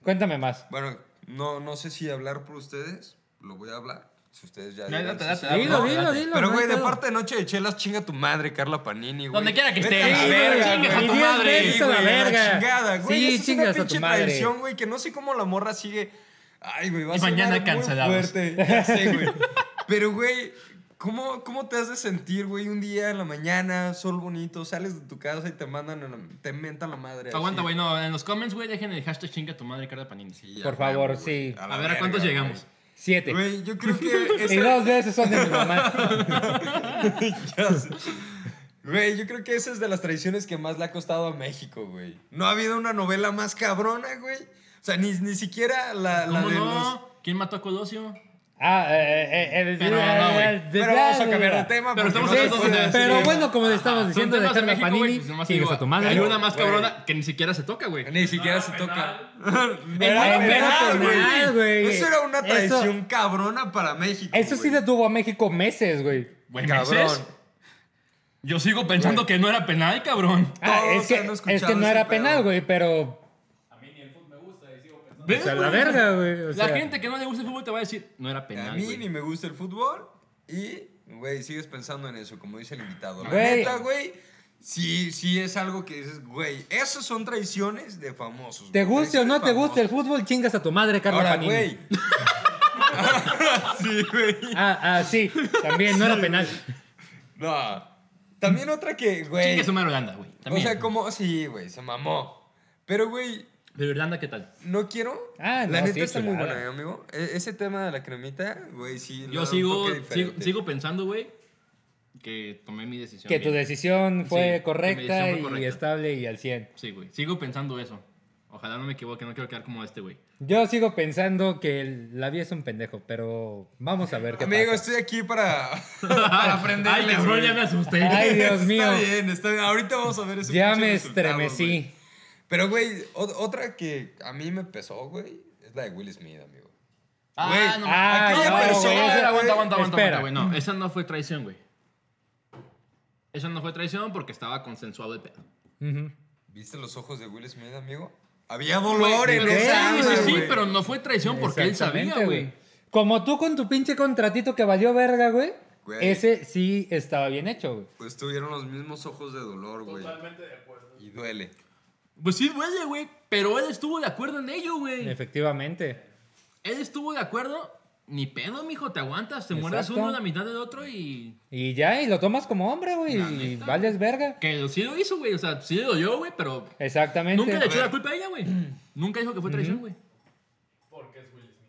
C: Cuéntame más.
A: Bueno, no, no sé si hablar por ustedes, lo voy a hablar. Si ustedes ya.
B: No,
A: llegan,
B: date,
A: sí,
B: date,
A: sí.
B: date.
C: Dilo, dilo, dilo.
A: Pero,
C: no
A: güey,
C: hay
A: de
C: pedo.
A: parte de Noche de Chelas, chinga tu madre, Carla Panini, güey.
B: Donde quiera que
A: Vete
B: estés.
A: a
C: Sí,
A: la verga,
B: chingas a
A: güey.
B: tu
C: Y diez
B: madre.
C: veces a la
A: güey, a
C: verga.
A: chingada, güey.
C: Sí,
A: Esa es
C: chingas
A: una
C: a tu
A: pinche
C: madre.
A: traición, güey, que no sé cómo la morra sigue. Ay, güey, va a
B: Y mañana
A: sonar muy
B: cancelados.
A: fuerte. Ya sé, güey. Pero, güey, ¿cómo, ¿cómo te has de sentir, güey? Un día en la mañana, sol bonito, sales de tu casa y te mandan, a la- te mentan la madre. así.
B: Aguanta, güey, no. En los comments, güey, dejen el hashtag chinga tu madre, Carla Panini.
A: Sí, ya,
C: Por
A: güey,
C: favor,
A: güey.
C: sí.
B: A ver a cuántos
A: verga,
B: llegamos.
C: Siete.
A: güey. Güey, yo creo que
C: Y
A: esa-
C: dos de esos son de mi mamá.
A: Ya sé. Güey, yo creo que esa es de las traiciones que más le ha costado a México, güey. No ha habido una novela más cabrona, güey. O sea, ni, ni siquiera la, la
B: ¿Cómo
A: de
B: no? ¿Quién mató a Colosio?
C: Ah, eh, eh, eh,
B: Pero no, güey.
C: de-
A: Pero vamos a cambiar de tema.
B: Pero
A: porque no sé
B: estamos hablando
C: Sí, sí,
A: si-
C: sí,
B: de-
C: pero
B: sí,
C: bueno, como le estábamos
B: Son
C: diciendo de
B: temas
C: Carla
B: México,
C: Panini,
B: güey, pues nomás
C: chingas
B: digo,
C: a tu madre.
B: Hay una más
A: Güey.
B: cabrona que ni siquiera se toca, güey.
A: Ni siquiera se toca.
C: En
A: Era
C: un
A: penal,
C: penal, güey.
A: Eso era una
C: Eso-
A: traición cabrona para México.
C: Eso sí
A: güey.
C: detuvo a México meses, güey.
B: Güey,
A: Cabrón.
B: ¿meses? Yo sigo pensando que no era penal, cabrón.
C: Ah,
A: Todos
C: es que,
A: han escuchado
C: es que no
A: ese
C: era
A: pedo.
C: penal, güey, pero.
D: A mí ni el fútbol me gusta y sigo pensando.
C: O sea, la verga, güey. o
B: La
C: sea,
B: gente que no le gusta el fútbol te va a decir, no era penal.
A: A mí
B: güey".
A: ni me gusta el fútbol y, güey, sigues pensando en eso, como dice el invitado. La
C: Güey.
A: neta, güey, sí, sí es algo que dices, güey, esas son traiciones de famosos.
C: Te
A: güey,
C: guste o no te
A: traiciones
C: guste el fútbol, chingas a tu madre, Carlos
A: Ahora,
C: Panini.
A: güey. Ahora sí, güey.
C: Ah, ah, sí, también, no era penal.
A: No. También otra que, güey.
B: Chingue su madre Holanda, güey.
A: O
B: También.
A: sea, como, sí, güey, se mamó. Pero, güey,
B: Pero Irlanda, ¿qué tal?
A: no quiero.
C: Ah,
A: la
C: no,
A: neta
C: sí,
A: está muy
C: claro.
A: buena, ¿eh, amigo. E- ese tema de la cremita, güey, sí. le da
B: Yo
A: un
B: sigo,
A: toque
B: sigo,
A: diferente.
B: sigo pensando, güey, que tomé mi decisión.
C: Que tu
B: bien.
C: decisión fue
B: Sí, mi
C: correcta
B: decisión fue
C: y
B: correcta.
C: estable y al 100.
B: Sí, güey. Sigo pensando eso. Ojalá no me equivoque, no quiero quedar como este, güey.
C: Yo sigo pensando que el- la vida es un pendejo, pero vamos a ver qué
A: Amigo,
C: pasa.
A: estoy aquí para, para aprender.
B: Ay, cabrón, ya me asusté.
C: Ay, Dios mío.
A: Está bien, está bien. Ahorita vamos a ver ese
C: Ya
A: pinche
C: me
A: resultado, güey.
C: estremecí.
A: Pero, güey, o- otra que a mí me pesó, güey, es la de Will Smith, amigo.
B: Ah,
A: Güey,
B: no,
C: ah,
B: aquella
A: no,
B: persona-
A: güey, esa-
B: aguanta, aguanta, aguanta,
C: espera.
B: aguanta, güey. No, esa no fue traición, güey. Esa no fue traición porque estaba consensuado el pedo.
C: Ujú.
A: ¿Viste los ojos de Will Smith, amigo? Había dolor en
B: Pero-
A: esa
B: sí,
A: alma,
B: sí, sí,
A: güey.
B: pero no fue traición porque él sabía,
C: Exactamente,
B: güey.
C: Como tú con tu pinche contratito que valió verga, güey.
A: Güey.
C: Ese sí estaba bien hecho, güey.
A: Pues tuvieron los mismos ojos de dolor, güey.
D: Totalmente de acuerdo.
A: Y duele.
B: Pues sí duele, güey. Pero él estuvo de acuerdo en ello, güey.
C: Efectivamente.
B: Él estuvo de acuerdo. Ni pedo, mijo, te aguantas. Te muerdes
C: Exacto.
B: uno, la mitad del otro y.
C: Y ya, y lo tomas como hombre, güey.
B: La
C: Y
B: neta.
C: vales verga.
B: Que sí lo hizo, güey. O sea, sí lo dio, güey, pero.
C: Exactamente.
B: Nunca le echó
A: ver.
B: la culpa a ella, güey. Nunca dijo que fue traición, güey.
D: Porque es Will Smith.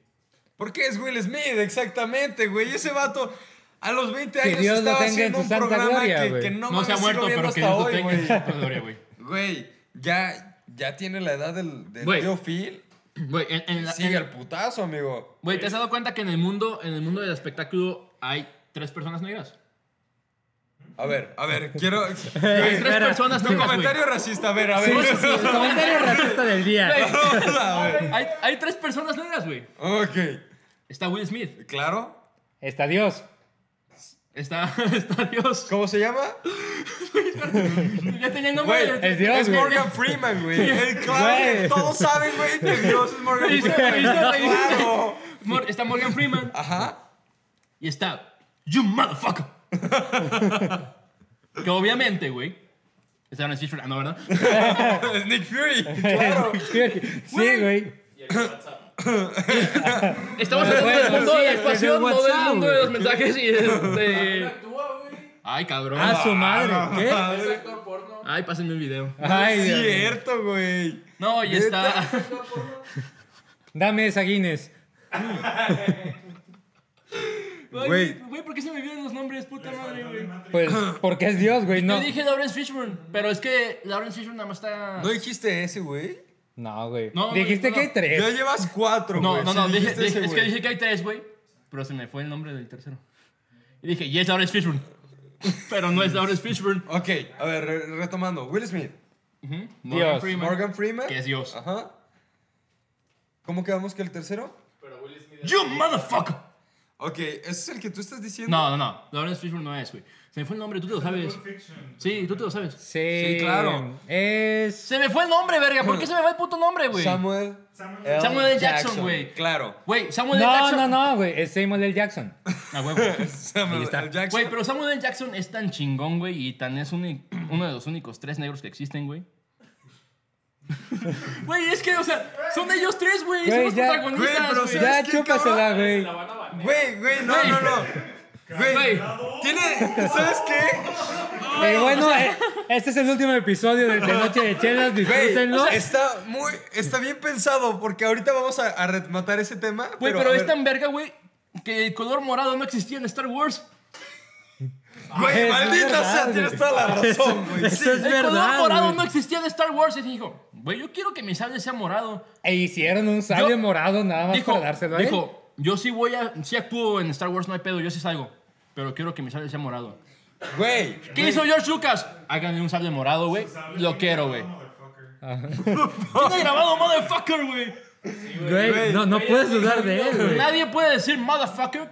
A: ¿Por qué es Will Smith? Exactamente, güey. Ese vato a los 20
C: Que
A: años
C: Dios lo
A: estaba
C: tenga en
A: haciendo
C: su
A: un
C: santa
A: programa
C: gloria,
A: que,
C: güey.
A: que no,
B: No, se
A: mames,
B: ha
A: sigo
B: muerto,
A: viendo
B: pero que
A: hasta
B: Dios lo
A: hoy,
B: tenga en
A: güey.
B: su puta gloria, güey.
A: Güey, ya, ya tiene la edad del, del
B: Güey.
A: tío Phil.
B: Güey, en, en la-
A: Sigue
B: en-
A: al putazo, amigo.
B: güey, ¿te has dado cuenta que en el mundo, en el mundo del espectáculo hay tres personas negras?
A: A ver, a ver, quiero.
B: Hay
A: Güey,
B: tres
C: espera.
B: personas
A: tu
B: negras, güey.
A: comentario racista, a ver, a
C: Sí,
A: ver.
C: sí, sí, el comentario racista del día.
A: A ver.
B: Hay, hay tres personas negras, güey.
A: Ok.
B: Está Will Smith,
A: Claro.
C: Está Dios.
B: está, está Dios.
A: ¿Cómo se llama?
B: Ya tenía el
A: Güey,
B: nombre. de-
C: es Dios,
A: es
C: güey.
A: Morgan Freeman, güey. Es Claro,
C: Güey.
A: que todos saben, güey, que Dios es Morgan
B: Sí, sí,
A: Freeman.
B: sí, sí.
A: Claro.
B: Mor- está Morgan Freeman
A: Ajá.
B: y está You motherfucker. que obviamente, güey. Estaban en Stitcher, ah, no, ¿verdad?
A: Es Nick Fury. Claro.
C: sí, güey.
D: Y el WhatsApp.
B: Estamos
C: Bueno,
B: hablando del
C: bueno,
B: mundo
C: sí,
B: de la
C: este es el
B: actuación, no del
C: WhatsApp,
B: mundo de los
C: güey.
B: mensajes y del-
D: ¿Quién
B: de...
D: actúa, güey?
B: Ay, cabrón.
C: Ah, su madre. ¿Qué?
D: Es actor porno.
B: Ay, pásenme el video.
C: Ay,
A: es
C: Dios mío.
A: cierto, güey.
B: No, y está...
D: Es actor porno.
C: Dame esa Guinness.
B: Ay,
A: Güey.
B: Güey, ¿por qué se me olvidan los nombres? Puta madre, güey.
C: Pues porque es Dios, güey, no.
B: Yo dije Lawrence Fishburne, pero es que Lawrence Fishburne nada más está...
A: ¿No dijiste ese, güey?
C: No, güey.
B: No, no,
C: Dijiste
B: no,
C: que
B: no.
C: hay tres.
A: Ya llevas cuatro,
B: Eh, No,
A: güey.
B: no,
A: Sí
B: no, dije,
A: dijiste
B: dije-
A: ese,
B: es que
A: güey.
B: dije que hay tres, güey. Pero se me fue el nombre del tercero. Y dije, y es Lawrence Fishburne. Pero no es Lawrence Fishburne.
A: Ok, a ver, re- retomando. Will Smith.
B: Ujú,
C: Dios.
B: Freeman.
A: Morgan Freeman.
B: Que es Dios.
A: Ajá. ¿Cómo quedamos que el tercero?
D: Pero Will Smith es
B: You motherfucker.
A: Ok, ese es el que tú estás diciendo.
B: No, no, no. Lawrence Fishburne no es, güey. Se me fue el nombre, tú te lo sabes. Sí, tú te lo sabes.
C: Sí,
A: Sí, claro.
C: Es.
B: Se me fue el nombre, verga. ¿Por qué se me va el puto nombre, güey?
A: Samuel. L.
B: Samuel L. Jackson, güey.
A: Claro.
B: Güey, Samuel L.
C: No,
B: Jackson.
C: no, no, güey. Es Samuel L. Jackson.
B: Ah, güey, güey.
A: Samuel
C: está.
A: L. Jackson.
B: Güey, pero Samuel L. Jackson es tan chingón, güey, y tan es uni- uno de los únicos tres negros que existen, güey. Güey, es que, o sea, son ellos tres, güey. Son
C: Güey,
B: los
C: ya-
A: Güey, pero
B: protagonistas, güey.
A: ¿Sabes
C: Ya
A: qué,
C: chúpasela, güey.
D: La van a banear.
A: Güey, güey, no,
B: Güey.
A: no, no. Güey,
B: Güey,
A: tiene. ¿Sabes qué?
C: Y bueno, eh, este es el último episodio de, de Noche de Chelas.
A: Güey,
C: Disfrútenlo.
A: está muy. Está bien pensado, porque ahorita vamos a, a rematar ese tema.
B: Güey, pero,
A: a ver,
B: es tan verga, güey, que el color morado no existía en Star Wars.
A: Güey,
C: Eso es
A: maldita
C: verdad,
A: sea,
C: güey.
A: tienes toda la razón, güey.
C: Eso
A: Sí.
C: es
B: El color
C: verdad.
B: morado
C: güey.
B: no existía en Star Wars. Y dijo, güey, yo quiero que mi sable sea morado.
C: E hicieron un sable
B: Yo-
C: morado nada más
B: Dijo,
C: para dárselo a él.
B: dijo, yo sí voy a, sí actúo en Star Wars, no hay pedo, yo sí salgo. Pero quiero que mi sable sea morado.
A: Güey.
B: ¿Qué hizo George Lucas? Háganle un sable morado, güey. Lo quiero, güey. Tiene grabado motherfucker, güey.
C: Güey, no, no
D: Güey,
C: puedes
D: güey,
C: dudar de
D: güey,
C: él, güey.
B: Nadie puede decir motherfucker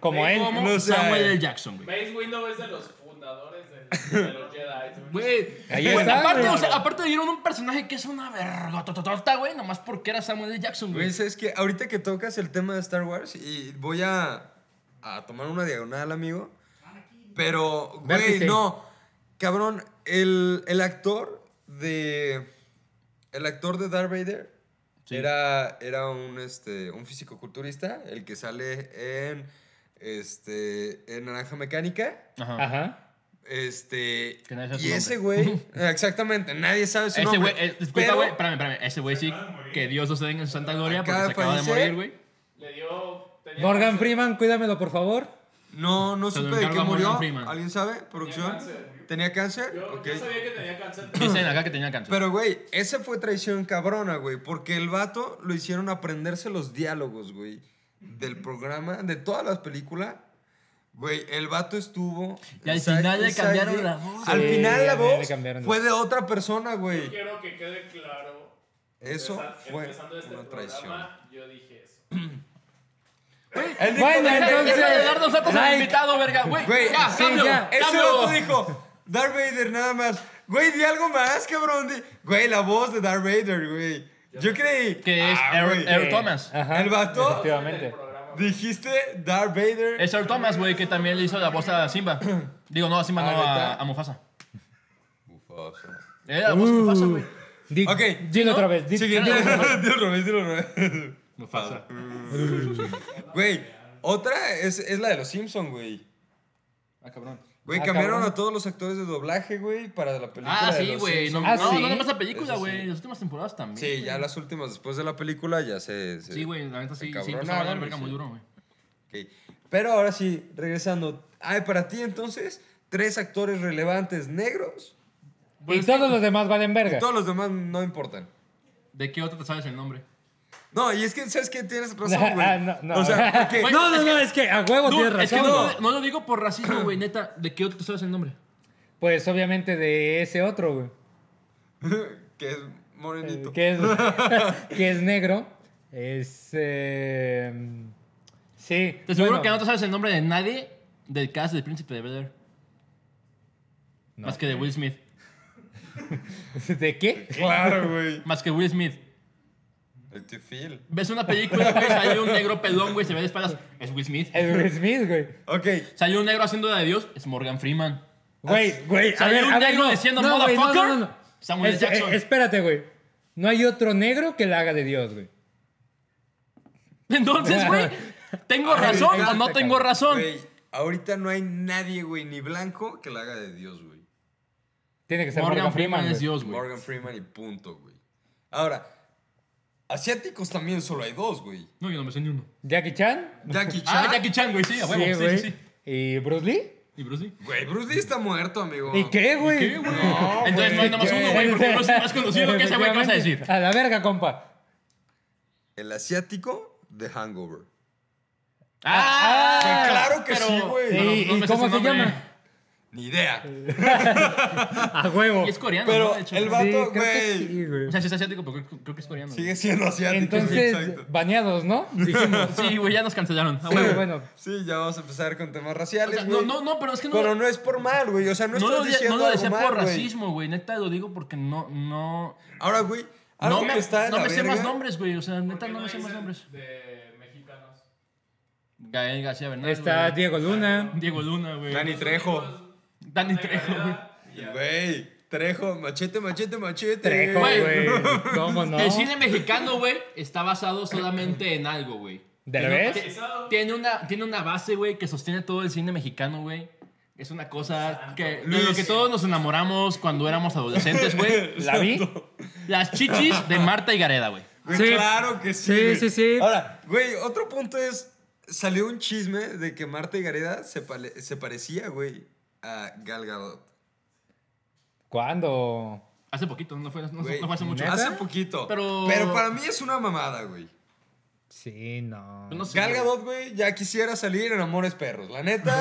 C: Como él.
B: como
A: No sé.
B: Samuel L. Jackson, güey.
D: Mace Windu es de los fundadores de, de los Jedi. güey.
B: Güey,
C: Ahí
B: güey,
C: está,
B: aparte,
C: güey.
B: o sea, aparte dieron un personaje que es una vergototota, güey, nomás porque era Samuel L. Jackson,
A: Güey,
B: güey.
A: ¿sabes qué? Ahorita que tocas el tema de Star Wars y voy a, a tomar una diagonal, amigo. Pero, güey,
C: Vértice.
A: no. Cabrón, el, el actor de. El actor de Darth Vader
B: Sí.
A: era, era un, este, un físico-culturista, el que sale en. Este. En Naranja Mecánica.
B: Ajá.
C: Ajá.
A: Este.
B: Que nadie sabe
A: y
B: su
A: ese
B: nombre.
A: güey. exactamente, nadie sabe su
B: Ese
A: nombre.
B: güey, eh, disculpa,
A: pero
B: güey, espérame, espérame. Ese güey sí, que Dios los tenga en su santa gloria porque
A: Acaba
B: se
A: de
B: acaba de
A: fallecer.
B: morir, güey.
D: Le dio. tenía
C: Morgan
D: cáncer.
C: Freeman, cuídamelo, por favor.
A: No, no
B: Se lo
A: supe de qué
B: encarga Morgan
A: murió.
B: Freeman.
A: ¿Alguien sabe? ¿Producción?
D: cáncer.
A: ¿Tenía cáncer?
D: Yo, yo
A: Ok.
D: sabía que tenía cáncer.
B: Dicen acá que tenía cáncer.
A: Pero, güey, esa fue traición cabrona, güey. Porque el vato lo hicieron aprenderse los diálogos, güey. Del programa, de todas las películas. Güey, el vato estuvo.
B: Y al
A: Isaac-
B: final le
A: Isaac-
B: cambiaron la voz.
A: Al
C: Sí,
A: final la
C: al final le
A: voz
C: cambiaron.
A: fue de otra persona,
D: Yo
A: güey.
D: quiero que quede claro.
A: Eso
D: empeza-
A: fue
D: empezando este
A: una
D: programa, Yo dije eso.
C: Bueno,
B: Deja- deja
C: entonces,
B: de darnos datos al
C: like.
B: invitado, verga, güey.
A: Güey,
B: ya,
A: sí,
B: cambio,
C: ya.
A: Ese
B: cambio.
A: vato dijo, Darth Vader nada más. Güey, di algo más, cabrón. Di- Güey, la voz de Darth Vader, güey. Yo creí.
B: Que es
A: Ah,
B: Eric,
A: güey.
B: Eric Thomas.
C: eh, Ajá.
A: El vato-
C: Efectivamente.
A: Dijiste Darth Vader.
B: Es Eric Thomas, güey, que también le hizo la voz a Simba. Digo, no a Simba,
A: Ah,
B: no a,
A: ¿neta?
B: a Mufasa. Era la voz de
C: Uh,
B: Mufasa, güey.
C: Di-
A: Ok,
C: Dilo otra vez. di-
A: Siguiente.
C: dilo.
A: Dilo otra vez, dilo otra vez.
B: Mufasa.
A: Güey, otra es, es la de los Simpsons, güey.
B: Ah, cabrón.
A: Güey,
C: Ah,
A: cambiaron
C: cabrón.
A: a todos los actores de doblaje, güey, para la película.
B: Ah,
A: de
B: sí,
A: los
B: güey. No,
A: Simpsons.
C: Ah,
B: no,
C: sí.
B: no, nomás la película,
A: Eso
B: güey.
A: sí.
B: Las últimas temporadas también.
A: Sí, ya las últimas después de la película ya se. se-
B: Sí, güey, la neta
A: se
B: sí, sí,
A: encabronaron,
B: empezó a valer
A: güey,
B: verga
A: sí.
B: muy duro, güey.
A: Ok. Pero ahora sí, regresando. Ay, para ti entonces, tres actores relevantes negros.
C: Y todos los demás valen verga.
A: Todos los demás no importan.
B: ¿De qué otro te sabes el nombre?
A: No, y es que, ¿sabes qué? Tienes razón, güey.
C: Ah, No, no.
A: O sea, porque-
B: Güey,
C: No, no,
B: es
C: no, es que a huevo tienes
B: Dude, es que no,
C: razón.
B: no lo digo por racismo, güey, neta. ¿De qué otro te sabes el nombre?
C: Pues obviamente de ese otro, güey.
A: que es morenito.
C: que es, que es negro. Es. eh, sí.
B: Te seguro
C: bueno,
B: que no te sabes el nombre de nadie del cast del Príncipe de Bel-Air.
C: No.
B: Más que de Will Smith.
C: ¿De qué?
A: Claro, güey.
B: Más que Will Smith.
A: El tío Phil.
B: Ves una película, güey, sale un negro pelón, güey, se ve de espaldas. Es Will Smith.
C: El Will Smith, güey.
A: Ok.
B: Salió un negro haciendo la de Dios. Es Morgan Freeman.
C: Güey, güey. A
B: Salió
C: ver,
B: un
C: a ver,
B: negro
C: no.
B: diciendo,
C: no, güey, no,
B: "Motherfucker".
C: no, no, no.
B: Samuel
C: Es-
B: Jackson.
C: eh, espérate, güey. No hay otro negro que la haga de Dios, güey.
B: Entonces, güey, ¿tengo
A: Ay,
B: razón
A: güey,
B: o no
C: te
B: tengo
C: cago.
B: razón?
A: Güey, ahorita no hay nadie, güey, ni blanco que la haga de Dios, güey.
C: Tiene que ser
B: Morgan, Freeman
C: güey.
B: es Dios, güey.
A: Morgan Freeman y punto, güey. Ahora, asiáticos también solo hay dos, güey.
B: No, yo no me sé ni uno.
C: Jackie Chan.
A: Jackie Chan.
B: Ah, Jackie Chan, güey, sí, a huevo.
C: Sí,
B: Sí,
C: güey.
B: sí, sí.
C: ¿Y Bruce Lee?
B: Y Bruce Lee.
A: Güey, Bruce Lee está muerto, amigo.
C: ¿Y qué, güey?
B: ¿Qué, güey? Entonces no hay nada más
C: ¿Qué?
B: uno, güey, porque Bruce Lee es más conocido que ese güey que vas a decir.
C: A la verga, compa.
A: El asiático de Hangover.
B: Ah,
C: Ah,
A: Que claro que
B: pero-
A: sí, güey.
B: no,
C: ¿Y,
B: no
C: y
B: me sé
C: cómo
B: su
C: se
B: nombre.
C: llama?
A: Ni idea.
C: A huevo.
B: Y es coreano, ¿no?
A: Pero
B: De hecho,
A: el
B: ¿no?
C: Sí,
A: vato,
C: creo que
A: güey.
C: sí, güey.
B: O sea, sí es asiático, pero creo, creo que es coreano. güey.
A: Sigue siendo asiático.
C: Entonces,
A: exacto.
C: baneados, ¿no? Dijimos.
B: Sí, güey, ya nos cancelaron. A
C: Sí,
B: huevo.
C: bueno,
A: Sí, ya vamos a empezar con temas
B: O
A: raciales,
B: sea,
A: güey.
B: no, no, no, pero es que no.
A: Pero no es por mal, güey. O sea, no,
B: no
A: estás
B: lo, di-
A: diciendo
B: no lo
A: algo
B: decía
A: mal,
B: por
A: güey.
B: racismo, güey. Neta, lo digo porque no. No,
A: Ahora, güey, algo
B: no me,
A: que está de
B: no
A: la
B: me sé
A: verga-
B: más nombres, güey. O sea,
D: ¿Por
B: neta,
D: qué
B: no me sé más
D: dicen
B: nombres.
D: De mexicanos.
B: Gael García Bernal.
C: está
B: güey.
C: Diego Luna.
B: Diego Luna, güey.
A: Dani Trejo.
B: Dani Trejo, güey.
A: Güey, Trejo, machete, machete, machete.
C: Trejo,
B: Güey.
C: güey. ¿Cómo no?
B: El cine mexicano, güey, está basado solamente en algo, güey.
C: ¿De
B: Tiene-
C: revés?
B: ti- Tiene una, tiene una base, güey, que sostiene todo el cine mexicano, güey. Es una cosa que, de lo
A: Luis.
B: que todos nos enamoramos cuando éramos adolescentes, güey.
C: ¿La vi?
B: Las chichis de Marta y Gareda, güey.
A: Güey,
C: Sí.
A: Claro que sí.
C: Sí,
A: güey.
C: sí, sí.
A: Ahora, güey, otro punto es. Salió un chisme de que Marta y Gareda se, pale- se parecía, güey, a Gal Gadot.
C: ¿Cuándo?
B: Hace poquito, no fue, no- no
A: Güey,
B: fue hace mucho.
C: ¿neta?
A: Hace poquito.
B: Pero-
A: Pero para mí es una mamada, güey.
C: Sí, no.
B: No sé,
A: Gal
B: güey.
A: Gadot, güey, ya quisiera salir en Amores Perros. La neta,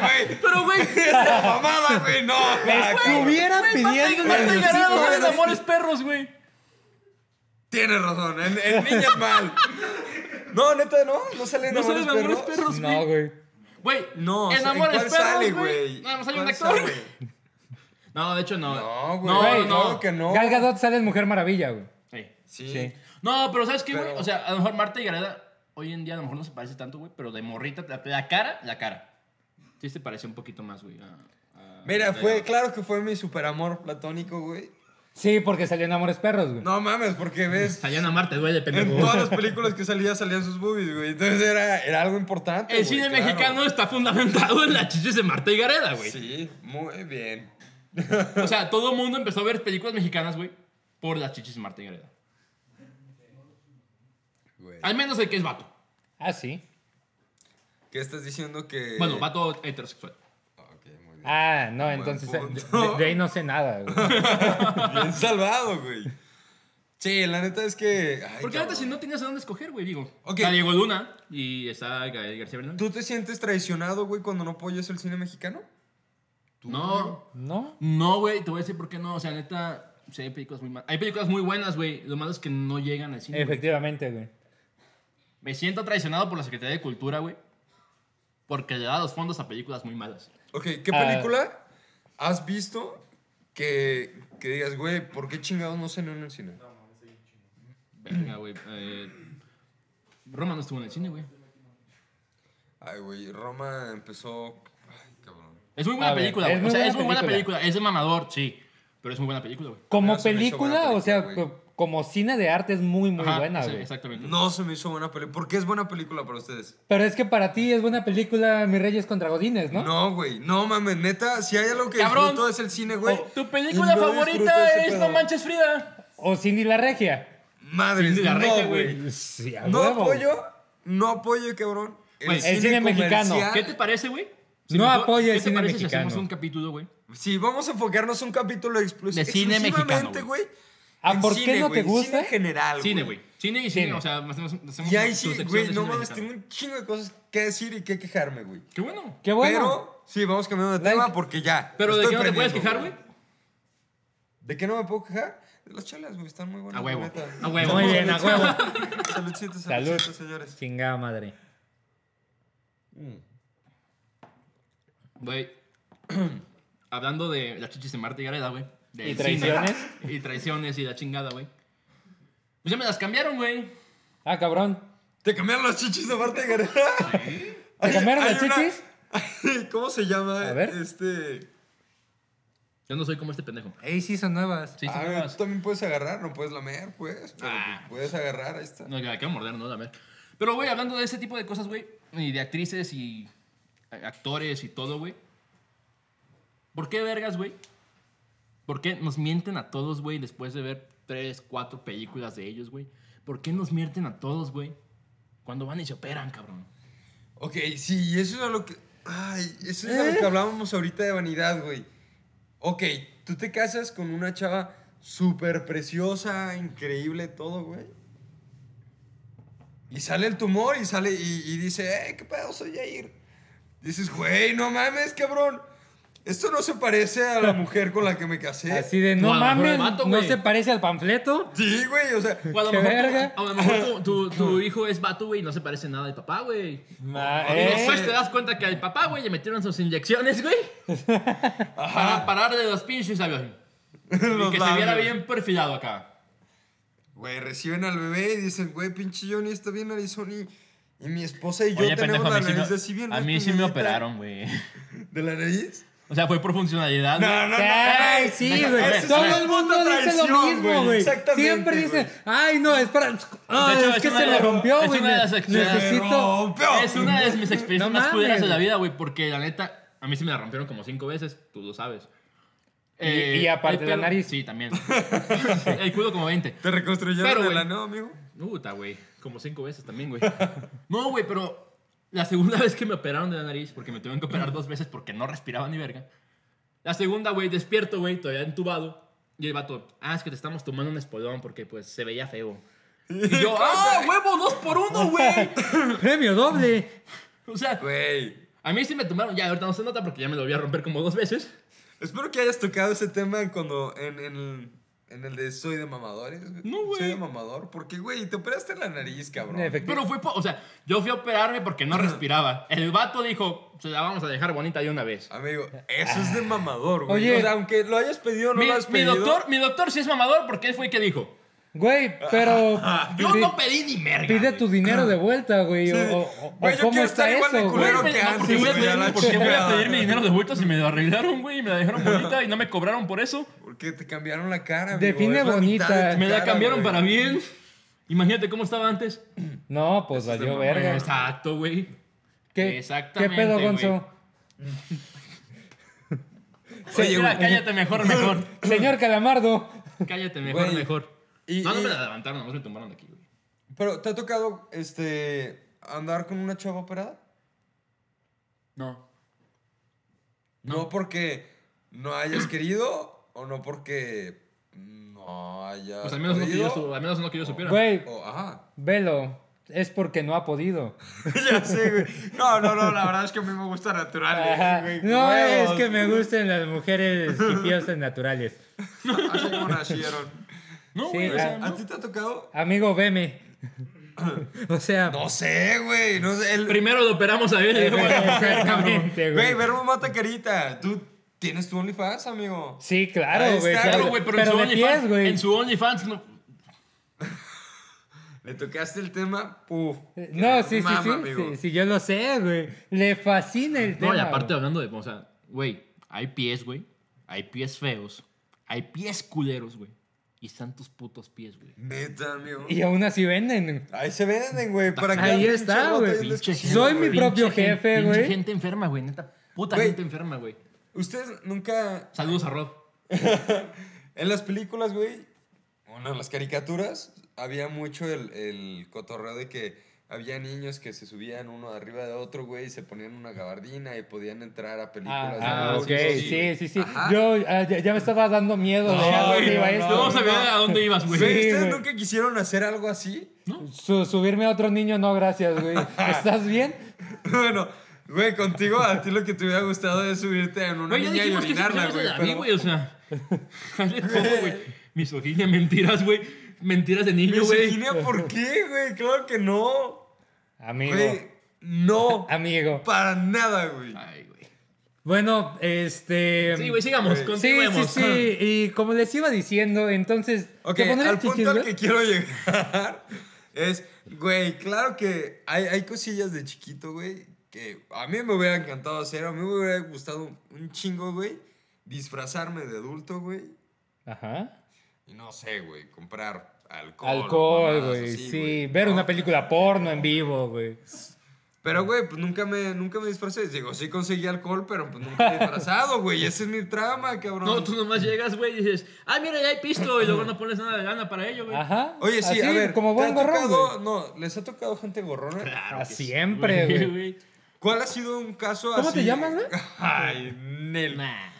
A: güey.
B: Pero, güey,
A: Esta mamada, güey, no. la-
C: Estuvieran
B: güey, Marta y-
C: pidiéndole.
B: Marta y
A: Sí,
B: Gareda,
A: güey,
B: güey, de
A: sí.
B: amores perros, güey.
A: Tienes razón, el, el niño es mal. No, neta, no, no sale en
B: No
A: Amores
B: sabes de amores
A: Perros.
B: perros, güey.
C: No, güey.
B: Güey,
A: No, o
B: en
A: sea, ¿en
B: amores
A: cuál
B: perros,
A: sale,
B: güey. Nada más hay un
A: ¿Cuál
B: actor.
A: sale?
B: No, de hecho no.
A: No,
B: No,
A: güey,
B: no.
A: claro que no.
C: Gal Gadot sale en Mujer Maravilla, güey.
B: Sí.
A: Sí.
C: Sí.
B: No, pero ¿sabes qué, güey?
A: Pero-
B: O sea, a lo mejor Marta y Gareda hoy en día a lo mejor no se parece tanto, güey, pero de morrita, la, la cara, la cara. Sí, se parecía un poquito más, güey. a- a-
A: Mira,
B: a-
A: fue, claro que fue mi superamor platónico, güey.
C: Sí, porque salió en Amores Perros, güey.
A: No mames, porque ves.
B: Salió en Marte, güey, de
A: En
B: pendejo.
A: todas las películas que salía salían sus boobies, güey. Entonces era, era algo importante.
B: El
A: güey,
B: cine
A: claro.
B: mexicano está fundamentado en las chichis de Marta y Gareda, güey.
A: Sí, muy bien.
B: O sea, todo el mundo empezó a ver películas mexicanas, güey, por las chichis de Marta y Gareda.
A: Güey.
B: Al menos el que es vato.
C: Ah, sí.
A: ¿Qué estás diciendo que.?
B: Bueno, vato heterosexual.
A: Ok, muy bien.
C: Ah, no,
A: Buen
C: entonces eh, de,
A: punto.
C: de ahí no sé nada, güey.
A: Bien salvado, güey. Sí, la neta es que. ay,
B: Porque
A: cabrón.
B: antes si no tenías a dónde escoger, güey, digo.
A: Ok.
B: Está Diego Luna y está Gael García Bernal.
A: ¿Tú te sientes traicionado, güey, cuando no apoyas el cine mexicano?
B: No,
C: ¿No?
B: no, güey, te voy a decir por qué no. O sea, neta, sí, hay películas muy malas. Hay películas muy buenas, güey. Lo malo es que no llegan al cine. güey.
C: Efectivamente, güey.
B: Me siento traicionado por la Secretaría de Cultura, güey. Porque le da los fondos a películas muy malas.
A: Ok, ¿qué
C: Ah.
A: película has visto que, que digas, güey, ¿por qué chingados no se en el cine?
B: Venga, güey. eh, Roma no estuvo en el cine, güey.
A: Ay, güey, Roma empezó. Ay, cabrón.
B: Es muy buena
C: A ver,
B: película,
C: es
B: güey. O
C: muy
B: sea,
C: buena
B: es muy buena
C: película.
B: película. Es de mamador, sí. Pero es muy buena película, güey.
C: Como
A: Ah, se me hizo buena
C: película, o sea,
A: película, güey.
C: co- como cine de arte es muy, muy
B: Ajá,
C: buena,
B: sí,
C: güey.
B: exactamente.
A: No se me hizo buena película. ¿Por qué es buena película para ustedes?
C: Pero es que para ti es buena película Mis Reyes contra Godines, ¿no?
A: No, güey. No, mames, neta. Si hay algo que
B: Cabrón.
A: disfruto es el cine, güey.
B: Oh, Tu película
A: Y no disfruto
B: favorita
A: ese
B: es
A: pedo.
B: No Manches Frida.
C: O Cindy la Regia.
A: Madre,
B: Cindy la Regia,
A: no,
B: güey.
A: güey.
C: Sí, a
A: No
C: huevo.
A: apoyo, no apoyo, cabrón.
B: Güey, Pues, el
C: cine mexicano.
A: comercial.
B: ¿Qué te parece, güey?
C: No
B: mejor-
C: apoya el
B: ¿Qué te
C: cine
B: parece si
C: mexicano.
B: hacemos un capítulo, güey?
A: Sí, vamos a enfocarnos un capítulo exclus-
B: De cine
A: exclusivamente,
B: mexicano,
A: güey.
C: Ah,
A: en
C: ¿por qué no te
A: güey,
C: gusta?
A: Cine general,
B: Cine, güey. Cine y cine,
C: Cine.
B: o sea, hacemos, hacemos
A: Y ahí
B: su
A: sí,
B: sección
A: güey,
B: de
A: no
B: cine
A: mames,
B: mexicano.
A: tengo un chingo de cosas que decir y que quejarme, güey.
B: Qué bueno.
C: Qué bueno.
A: Pero, sí, vamos cambiando de
C: Like.
A: tema porque ya.
B: Pero ¿de
A: estoy
B: qué no te puedes
A: prendiendo,
B: quejar, güey?
A: ¿De qué no me puedo quejar? De las chelas, güey, están muy buenas.
B: A huevo.
A: la neta.
B: A huevo.
C: Muy bien, a huevo.
A: Saludcitos,
C: Salud.
A: saludcitos, señores.
C: Chingada madre.
B: Güey. Hablando de las chichis de Marta y Gareda, güey. del
C: ¿Y
B: cine,
C: traiciones?
B: y traiciones y la chingada, güey. Pues ya me las cambiaron, güey.
C: Ah, cabrón.
A: ¿Te cambiaron las chichis de Marta Gareda?
C: ¿Te cambiaron
A: Hay
C: las
A: una-
C: chichis?
A: ¿Cómo se llama?
C: A ver.
A: Este.
B: Yo no soy como este pendejo.
C: Ahí sí son nuevas.
B: Sí, sí,
A: Ah,
B: nuevas.
A: tú también puedes agarrar, no puedes lamer, pues. Pero
B: Ah.
A: puedes agarrar, ahí está.
B: No, que la quiero morder, ¿no? La ver. Pero, güey, hablando de ese tipo de cosas, güey, y de actrices y a- actores y todo, güey. ¿Por qué vergas, güey? ¿Por qué nos mienten a todos, güey, después de ver tres, cuatro películas de ellos, güey? ¿Por qué nos mienten a todos, güey? Cuando van y se operan, cabrón.
A: Ok, sí, y eso es a lo que. Ay, eso es a lo que hablábamos ahorita de vanidad, güey. Ok, tú te casas con una chava súper preciosa, increíble, todo, güey. Y sale el tumor y sale y, y dice, ¡eh, qué pedo soy Jair! Dices, güey, no mames, cabrón. Esto no se parece a la mujer con la que me casé.
C: Así de,
B: O
C: no
B: a lo mejor el
C: mames,
B: vato,
C: no
B: güey.
C: se parece al panfleto.
A: Sí, güey, o sea.
B: O a lo
C: ¡Qué
B: mejor,
C: verga!
B: o a lo mejor tu, tu- tu hijo es vato, güey, y no se parece nada al papá, güey.
C: Ma-
B: Y
C: eh.
B: después te das cuenta que al papá, güey, le metieron sus inyecciones, güey. Para pararle los pinches aviones. Y
A: los
B: que se viera
A: labios.
B: bien perfilado acá.
A: Güey, reciben al bebé y dicen, güey, pinche Johnny está bien narizón y, y mi esposa y yo
B: Oye,
A: tenemos
B: pendejo, a
A: la
B: mí sí,
A: nariz
B: me-
A: así bien
B: a mí sí me
A: raspadita".
B: operaron, güey.
A: ¿De la nariz?
B: O sea, fue por funcionalidad. güey.
A: No, no,
C: Ay,
A: no.
C: sí,
B: Deja-
C: güey.
B: a ver,
C: Todo
B: deja-
C: el mundo
A: Puta
C: dice lo
A: traición,
C: mismo,
A: güey.
C: güey.
A: Exactamente,
C: Siempre dicen,
A: güey.
C: ay, no, es para. Ah,
B: hecho,
C: es
B: es
C: que
B: una
C: se
B: de-
C: le rompió,
B: es
C: güey.
B: una de las
C: ne-
B: experiencias-
C: Necesito.
B: Es una de mis experiencias
C: No
B: más culeras de
C: mames.
B: la vida, güey, porque la neta, a mí se me la rompieron como cinco veces, tú lo sabes.
C: Y- y aparte
B: el
C: la
B: pelo-
C: nariz.
B: Sí, también. el culo como 20.
A: Te
B: Pero,
A: reconstruyeron de
B: güey.
A: la no, amigo.
B: Puta, güey. Como cinco veces también, güey. No, güey, pero la segunda vez que me operaron de la nariz, porque me tuvieron que operar dos veces porque no respiraba ni verga. La segunda, güey, despierto, güey, todavía entubado. Y el vato, ah, es que te estamos tomando un espolón porque pues se veía feo. Y yo, ah, huevo, dos por uno, güey.
C: Premio doble.
B: O sea,
A: Güey.
B: a mí sí me tomaron, ya, ahorita no se nota porque ya me lo voy a romper como dos veces.
A: Espero que hayas tocado ese tema cuando en, en, el- en el de soy de mamadores.
B: No, güey.
A: Soy de mamador. Porque, güey, te operaste en la nariz, cabrón.
C: Efectivamente.
B: Pero fue, po- o sea, yo fui a operarme porque no respiraba. El vato dijo, se la vamos a dejar bonita de una vez.
A: Amigo, eso es de mamador, güey.
C: Oye.
A: O sea, aunque lo hayas pedido, no
B: Mi,
A: lo has
B: mi
A: pedido.
B: doctor, mi doctor sí es mamador porque él fue el que dijo,
C: Güey, pero.
B: Yo
C: pi-
B: no pedí ni merga.
C: Pide
B: güey.
C: tu dinero de vuelta, güey. o- o- o-
A: Güey,
C: o
A: yo
C: ¿Cómo
A: quiero estar
C: está
A: igual de
C: eso, güey?
A: culero
B: Güey,
A: que
B: no,
A: antes,
B: porque voy a
A: güey, a la
B: pedir- ¿Por qué voy a
A: chingada.
B: pedir mi dinero de vuelta si me lo arreglaron, güey? Y me la dejaron bonita y no me cobraron por eso.
A: Porque te cambiaron la cara, amigo.
C: Define
A: es la mitad
C: bonita.
A: de tu
B: Me la
A: cara,
B: cambiaron
A: güey.
B: para bien. Imagínate cómo estaba antes.
C: No, pues
A: Eso es de
C: valió
A: mamá,
C: verga.
B: Exacto, güey.
C: ¿Qué,
B: Exactamente,
C: ¿Qué pedo,
B: güey.
C: Gonzo?
B: Oye,
A: Oye,
B: mira,
A: güey.
B: cállate mejor, mejor.
C: Señor Calamardo.
B: Cállate mejor,
A: Güey.
B: mejor.
A: Y-
B: no, no
A: y-
B: me la levantaron, nomás me tumbaron de aquí, güey.
A: Pero, ¿te ha tocado este, andar con una chava operada?
B: No.
A: No. porque no hayas querido o no porque no hayas
B: Pues al menos, no que yo,
A: podido,
B: su- al menos no que yo supiera.
C: Güey,
A: o- ajá.
C: velo. Es porque no ha podido.
A: ya sé, güey. No, no, no, la verdad es que a mí me gusta natural. eh,
C: Ajá.
A: güey,
C: No
A: huevos.
C: es que me gusten las mujeres hipiosas naturales.
A: Así como nacieron.
B: No,
C: Sí,
B: güey. o sea,
C: ah,
A: ¿A
B: no.
A: ti te ha tocado?
C: Amigo, veme. O sea,
A: No sé, güey. No sé. El,
B: Primero lo operamos a él. y luego-
C: exactamente,
A: güey,
C: güey.
A: verbo mata carita. Tú tienes tu OnlyFans, amigo.
C: Sí,
A: Ahí
C: claro, güey.
A: está,
B: Claro,
C: claro.
B: güey, pero,
C: Pero
B: en
C: de
B: su
C: pies,
B: OnlyFans.
C: güey.
B: en su OnlyFans no.
A: Le tocaste el tema, puf.
C: Eh, No, sí, sí,
A: Mama,
C: sí,
A: amigo.
C: sí. Sí, yo lo sé, güey. Le fascina el tema.
B: No, y aparte
C: güey.
B: hablando de. O sea, güey, hay pies, güey. Hay pies feos. Hay pies culeros, güey. Y están tus putos pies, güey.
A: Neta, amigo.
C: Y aún así venden.
A: Ahí se venden, güey. Para que
C: Ahí
A: al
C: está,
A: pinche vato
C: güey.
A: ahí les-
B: Pinche gente,
C: Soy
B: güey.
C: mi propio
B: Pinche gen-
C: jefe,
B: Pinche
C: güey.
B: gente enferma, güey, neta. Puta
A: Güey.
B: gente enferma, güey.
A: Ustedes nunca
B: Saludos a Rob.
A: En las películas, güey, bueno, en las caricaturas, había mucho el, el cotorreo de que había niños que se subían uno arriba de otro, güey, y se ponían una gabardina y podían entrar a películas. de
C: Ah, ah, ok,
A: adultos.
C: sí,
B: sí,
C: sí,
B: sí.
C: sí.
A: Ajá.
C: Yo ah, ya, ya me estaba dando miedo de a dónde
A: güey,
C: iba
A: no,
C: esto.
B: Vamos a ver
A: no.
B: a dónde ibas,
A: Güey,
B: güey.
C: Sí,
A: ¿Ustedes
C: güey.
A: nunca quisieron hacer algo así?
C: Su- subirme a otro niño, no, gracias, güey. ¿Estás bien?
A: bueno, güey, contigo a ti lo que te hubiera gustado es subirte en una
B: Güey, ya
A: niña y
B: dijimos que
A: orinarla,
B: se
A: güey.
B: a mí,
A: pero-
B: güey, o sea. Hazle todo, güey. Misoginia, mentiras, güey. Mentiras de niño, güey.
A: Misoginia, ¿por qué, güey? Claro que no.
C: Amigo.
A: Güey, no.
C: Amigo.
A: Para nada, güey.
B: Ay, güey.
C: Bueno, este.
B: Sí, güey, sigamos,
A: Sí,
C: Sí, sí,
B: continuemos.
C: sí. Y como les iba diciendo, entonces.
A: Ok,
C: ¿te pondrías
A: al punto
C: chichis,
A: al
C: güey?
A: que quiero llegar es, güey, claro que hay, hay cosillas de chiquito, güey, que a mí me hubiera encantado hacer, a mí me hubiera gustado un chingo, güey, disfrazarme de adulto, güey,
C: Ajá.
A: y no sé, güey, comprar alcohol.
C: Alcohol,
A: mamadas
C: güey.
A: así,
C: Sí,
A: güey,
C: ver
A: ¿no?
C: una película porno en vivo, güey.
A: Pero, güey, pues nunca me, nunca me disfracé. Digo, sí conseguí alcohol, pero pues nunca me he disfrazado, güey. Ese es mi trama, cabrón.
B: No, tú nomás llegas, güey, y dices, ah, mira, ya hay pisto, y luego no pones nada de lana para ello, güey.
C: Ajá.
A: Oye, sí,
C: Así,
A: a ver.
C: Como
A: ¿te ha
C: buen gorrón,
A: tocado-
C: güey.
A: No, ¿les ha tocado gente gorrona?
C: Ah,
B: Claro. que sí,
C: siempre, güey.
A: ¿Cuál ha sido un caso así?
C: ¿Cómo te llamas, güey?
A: Ay, Nel.
B: Nah.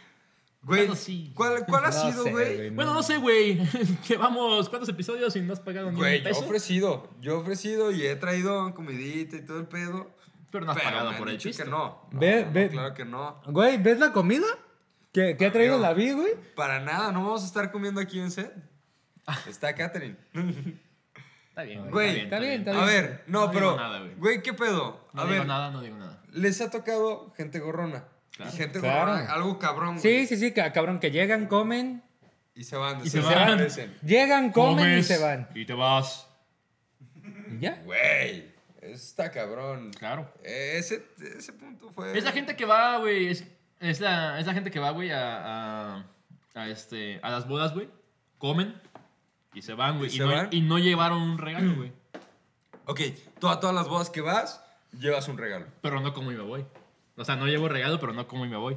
A: Güey,
B: Bueno, sí.
A: ¿cuál, cuál ha
C: No
A: sido,
C: sé,
A: güey?
B: Bueno, no sé, güey. Llevamos cuántos episodios y no has pagado ni
A: Güey,
B: un
A: yo he
B: peso.
A: ofrecido, yo he ofrecido y he traído comidita y todo el pedo.
B: Pero no has
A: pero me
B: pagado
A: han
B: por el
A: dicho
B: pisto.
A: que no. No,
C: Ve-
A: no, no,
C: ve-
A: claro que no.
C: Güey, ¿ves la comida? ¿Qué, qué ha traído
A: Amigo.
C: la vi, güey?
A: Para nada, no vamos a estar comiendo aquí en set. Está Katherine.
B: Está bien,
A: Güey,
C: está bien, está
A: A ver, no,
B: No digo
A: pero.
B: nada, güey.
A: Güey, ¿qué pedo?
B: No
A: a
B: digo
A: ver,
B: nada, no digo nada.
A: les ha tocado gente gorrona.
B: Claro.
A: Y gente
C: Claro.
A: gorrona, algo cabrón, güey.
C: Sí, sí, sí, ca- cabrón, que llegan, comen.
A: Y se van,
B: Y se van.
A: desaparecen.
C: Llegan, comen y se van.
B: Y te vas.
C: ¿Y ya?
A: Güey, está cabrón.
B: Claro.
A: Ese, ese punto fue.
B: Es la gente que va, güey. Es, es la, es la gente que va, güey, a, a, a, este, a las bodas, güey. Comen y se van, güey.
A: ¿Y
B: Y,
A: se
B: no-
A: van?
B: y no llevaron un regalo, güey.
A: Ok, tú a todas las bodas que vas, llevas un regalo.
B: Pero no como y me voy. O sea, no llevo regalo, pero no como y me voy.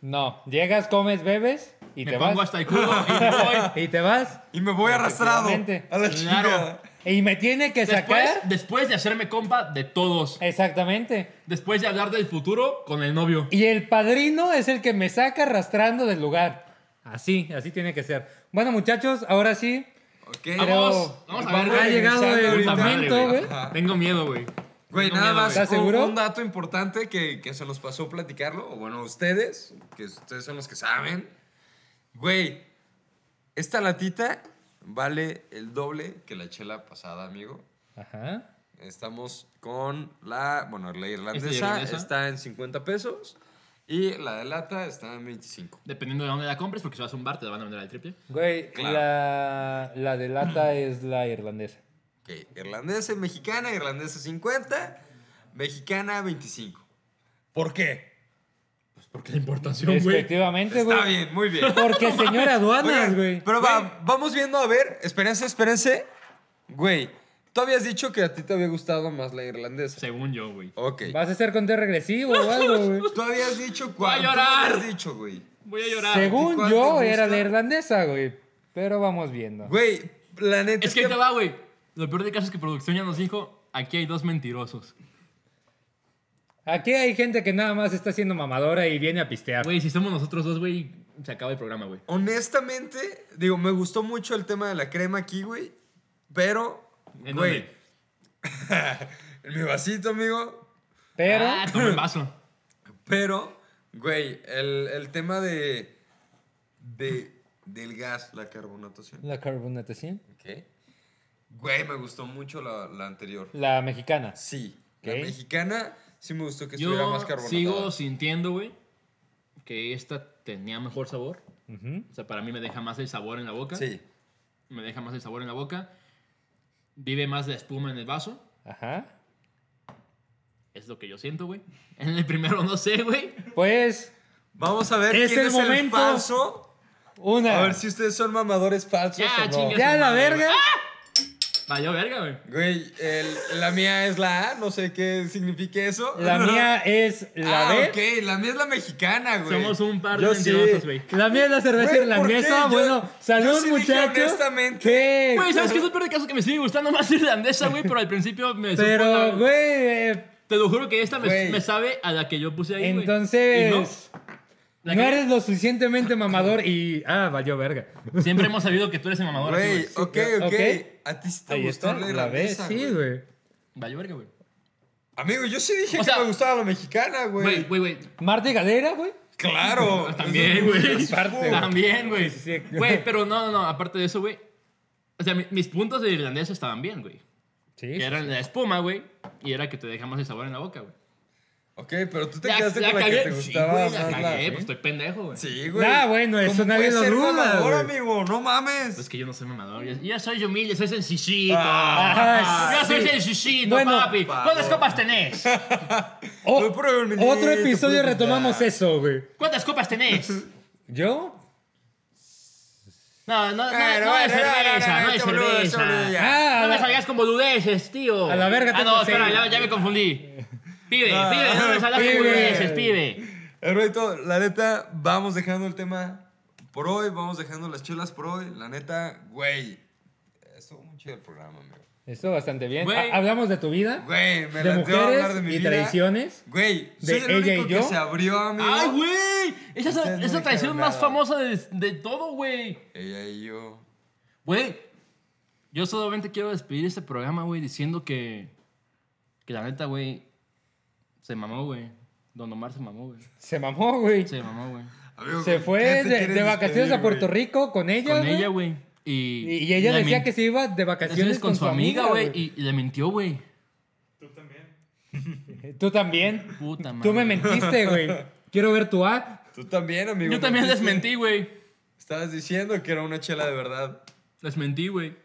C: No, llegas, comes, bebes y
B: me
C: te
B: pongo
C: vas.
B: hasta el culo y me voy.
C: Y te vas.
A: Y me voy arrastrado
C: Efectivamente.
A: a la
B: Claro.
A: chingada.
C: Y me tiene que
B: Después,
C: sacar.
B: después de hacerme compa de todos.
C: Exactamente.
B: Después de hablar del futuro con el novio.
C: Y el padrino es el que me saca arrastrando del lugar. Así, así tiene que ser. Bueno, muchachos, ahora sí.
A: Ok.
C: Pero-
B: Vamos, vamos a ver,
C: Ah, Ha
B: Ah, güey.
C: llegado el
B: Puta madre,
C: momento,
B: güey.
C: güey.
B: Tengo miedo, güey.
A: Güey,
B: Tengo
A: nada
B: miedo,
A: más.
B: güey.
C: ¿Estás
A: un-
C: seguro?
A: Un dato importante que, que se nos pasó platicarlo, o bueno, ustedes, que ustedes son los que saben. Güey, esta latita vale el doble que la chela pasada, amigo.
C: Ajá.
A: Estamos con la, bueno, la irlandesa
B: irlandesa?
A: está en 50 pesos Y la de lata está en 25.
B: Dependiendo de dónde la compres, porque si vas a un bar te la van a vender al triple.
C: Güey,
A: Claro.
C: la, la de lata es la irlandesa.
A: Ok, irlandesa, y mexicana, irlandesa 50, mexicana 25. ¿Por qué?
B: Pues porque la importación, güey.
C: Efectivamente,
A: Está
C: güey.
A: bien, muy bien.
C: Porque señor aduanas,
A: Oigan,
C: güey.
A: Pero va- vamos viendo, a ver, espérense, espérense. Güey, tú habías dicho que a ti te había gustado más la irlandesa.
B: Según yo, güey.
A: Ok.
C: Vas a hacer conteo regresivo o algo, güey.
A: Tú habías dicho cuánto.
B: llorar!
A: habías dicho, güey?
B: Voy a llorar.
A: ¿Y
C: Según
A: cuál
C: yo,
A: te
C: era
A: gusta?
C: la irlandesa, güey. Pero vamos viendo.
A: Güey, la neta
B: Es que ahí te va, güey. Lo peor de caso es que producción ya nos dijo, aquí hay dos mentirosos.
C: Aquí hay gente que nada más está siendo mamadora y viene a pistear.
B: Güey, si somos nosotros dos, güey, se acaba el programa, güey.
A: honestamente, digo, me gustó mucho el tema de la crema aquí, güey. Pero,
B: ¿En
A: güey,
B: dónde?
A: en mi vasito, amigo.
C: Pero,
B: Ah, toma el vaso.
A: Pero, güey, el, el tema de, de. del gas, la carbonatación.
C: la carbonatación.
A: Ok. Güey, me gustó mucho la, la anterior.
C: La mexicana.
A: Sí.
C: Ok.
A: La mexicana sí me gustó que estuviera
B: Yo
A: más carbonatada.
B: sigo sintiendo, güey, que esta tenía mejor sabor.
C: Ujú.
B: O sea, para mí me deja más el sabor en la boca.
A: Sí.
B: Me deja más el sabor en la boca. Vive más la espuma en el vaso.
C: Ajá.
B: Es lo que yo siento, güey. En el primero no sé, güey.
C: Pues,
A: Vamos a ver
C: Es
A: quién
C: el
A: es
C: momento.
A: el falso.
C: una.
A: A ver si Ah. ustedes son mamadores falsos
B: Ya,
A: o no.
B: chinga.
C: Ya la
B: Madre,
C: verga.
B: Vaya verga, güey.
A: Güey, el- la mía es la A, no sé qué signifique eso.
C: La mía es la
A: ah,
C: B.
A: ok, la mía es la mexicana, güey.
B: Somos un par de
A: Yo sí.
B: mentirosos, güey.
C: La mía es la cerveza
A: Güey, ¿por qué?
C: irlandesa.
A: Yo-
C: Bueno,
A: yo
C: salud,
A: sí dije
C: muchachos.
A: honestamente.
C: ¿Qué?
B: Güey, ¿sabes qué es el peor de caso? Que me sigue gustando más irlandesa, güey, pero al principio me supo la-
C: Pero, güey, eh,
B: Te lo juro que esta me,
A: Güey.
B: me sabe a la que yo puse ahí, güey.
C: entonces.
B: ¿Y
C: No,
B: no? La que-
C: eres lo suficientemente mamador y. Ah, valió verga.
B: Siempre hemos sabido que tú eres el mamador. aquí,
A: Güey, oh.
B: güey.
A: ok, ok.
C: ok.
A: A ti sí te
C: Ahí
A: gustó
C: está,
A: la
C: la B,
A: irlandesa,
C: sí, güey.
B: Vaya verga, güey.
A: Amigo, yo sí dije
B: O
A: que
B: sea-
A: me gustaba la mexicana,
B: Güey,
A: güey.
B: güey, güey.
C: Marta y Galera, güey.
A: Claro.
B: También, güey.
C: parte, güey.
B: También, güey.
C: sí.
B: Güey, pero no, no, no. Aparte de eso, güey. O sea, mi- mis puntos de irlandesa estaban bien, güey.
C: Sí.
B: Que eran la espuma, güey. Y era que te dejamos el sabor en la boca, güey.
A: Ok, pero tú te
B: La-
A: quedaste
B: la
A: con la que
B: cagué.
A: te
B: Sí,
A: gustaba
B: güey, la
A: más la...
B: cagué, pues estoy pendejo, güey.
A: Ah, Sí, güey.
C: Nah, bueno, eso
A: ¿Cómo
C: nadie
A: puedes
C: lo
A: ser
C: duda,
A: mamador,
C: güey. Pues,
A: amigo, no mames.
B: Es que yo no soy mamador. Yo, yo soy humilde, soy sencillito.
C: Ah,
B: yo
C: sí.
B: soy sencillito,
C: Bueno,
B: papi. ¿Cuántas copas tenés?
C: O-
A: Fue por el minuto,
C: Oh, otro episodio
A: fue por-
C: retomamos
A: Ah.
C: eso, güey.
B: ¿Cuántas copas tenés?
C: ¿Yo?
B: No, no, no,
A: Bueno,
B: no hay
A: bueno, no, no,
B: cerveza,
A: no,
B: no hay
A: este boludo, este boludo
B: cerveza.
A: ya.
C: Ah,
B: No
C: a
B: me
C: la-
B: salgas con boludeces, tío.
C: A la verga
B: Ah,
C: te
B: no,
C: puse
B: espera,
C: ahí.
B: ya, ya me confundí. Pibe,
A: Ah,
B: pibe, no me salgas con
C: pibe.
B: boludeces, pibe.
A: Herberto, la neta, vamos dejando el tema por hoy, vamos dejando las chelas por hoy. La neta, güey, estuvo muy chido el programa, amigo.
C: Estuvo bastante bien.
B: Güey.
C: Ha- Hablamos de tu vida,
A: Güey, me
C: de
A: latió hablar
C: mujeres
A: de mi
C: y
A: vida.
C: traiciones.
A: Güey,
C: de
A: soy el
C: ella
A: único
C: y yo.
A: que se abrió, amigo.
B: ¡Ay, güey! Esa es
A: Ustedes no
B: la- es la
A: dijeron
B: traición más
A: nada.
B: famosa de, de todo, güey.
A: Ella y yo.
B: Güey, yo solamente quiero despedir este programa, güey, diciendo que. Que la neta, güey. Se mamó, güey. Don Omar se mamó, güey.
C: Se mamó, güey.
B: Se mamó, güey.
A: Amigo,
C: Se
A: ¿con qué
C: fue
A: te
C: de,
A: quieres
C: de vacaciones
A: despedir,
C: a Puerto
A: güey?
C: Rico con ella.
B: Con
C: güey.
B: ella, güey. Y,
C: Y, y ella
B: le
C: decía
B: min-
C: que se iba de vacaciones con, su amiga, güey.
B: Y, y le mintió, güey.
D: Tú también.
C: Tú también.
B: Puta madre.
C: Tú me mentiste, güey. Quiero ver tu A.
A: Tú también, amigo.
B: Yo también les
A: mentiste.
B: mentí, güey.
A: Estabas diciendo que era una chela de verdad.
B: Les mentí, güey.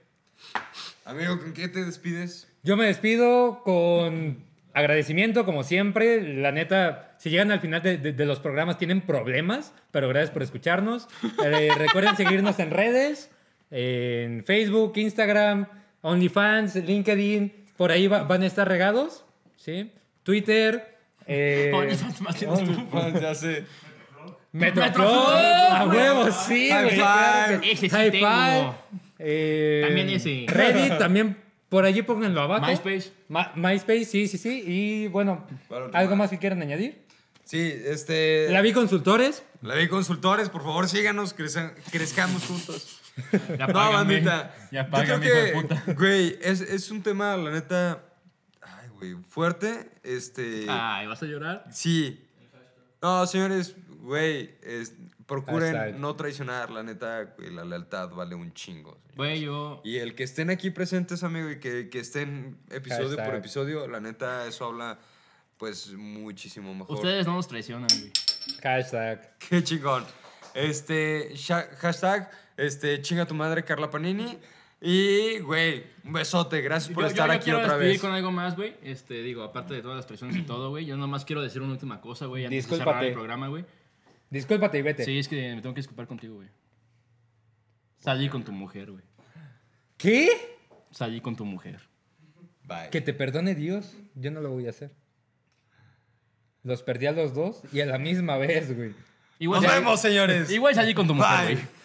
A: Amigo, ¿con qué te despides?
C: Yo me despido con agradecimiento, como siempre. La neta, si llegan al final de, de- de los programas, tienen problemas, pero gracias por escucharnos. Eh, recuerden seguirnos en redes, en Facebook, Instagram, OnlyFans, LinkedIn. Por ahí va- van a estar regados, ¿sí? Twitter. Eh,
B: Oye, estás más tienes tú.
A: ya sé.
C: Metroflog,
B: Metroflog,
C: a
B: güey.
C: huevo, sí,
A: High
C: güey.
A: five.
C: claro que-
B: Ese sí
C: High
B: tengo.
C: five. Eh,
B: También ese.
C: Reddit, también por allí pónganlo abajo.
B: MySpace.
C: Ma- MySpace, sí, sí, sí. Y bueno,
A: Claro,
C: ¿algo
A: claro.
C: más que quieran añadir?
A: Sí, este.
C: La vi consultores.
A: La vi consultores, por favor, síganos, crezca- crezcamos juntos.
B: Ya
A: No, bandita.
B: Ya
A: Yo
B: pagan, hijo de
A: creo
B: puta.
A: que, güey, es, es un tema, la neta, ay, güey, fuerte. Este,
B: Ay, ¿vas a llorar?
A: sí. No, señores, güey, es- procuren
C: Hashtag.
A: no traicionar, la neta, güey, la lealtad vale un chingo. señor.
B: Güey, yo.
A: Y el que estén aquí presentes, amigo, y que, que estén episodio por
C: Hashtag.
A: episodio, la neta, eso habla pues muchísimo mejor.
B: Ustedes no nos traicionan, güey.
C: Hashtag.
A: Qué chingón. Este, sha- hashtag, este, chinga tu madre Carla Panini. Y, güey, un besote. Gracias por
B: Yo- yo
A: estar
B: me
A: aquí
B: quiero
A: otra
B: despedir
A: vez.
B: con algo más, güey. Este, digo, aparte de todas las presiones y todo, güey, yo nomás quiero decir una última cosa, güey, antes de cerrar
C: Discúlpate.
B: el programa, güey.
C: Discúlpate y vete.
B: Sí, es que me tengo que disculpar contigo, güey. Salí con tu mujer, güey.
C: ¿Qué?
B: Salí con tu mujer.
A: Bye.
C: Que te perdone Dios. Yo no lo voy a hacer. Los perdí a los dos y a la misma vez, güey.
B: Igual
A: Nos
B: salí-
A: vemos, señores.
B: Igual salí con tu mujer,
A: Bye.
B: güey.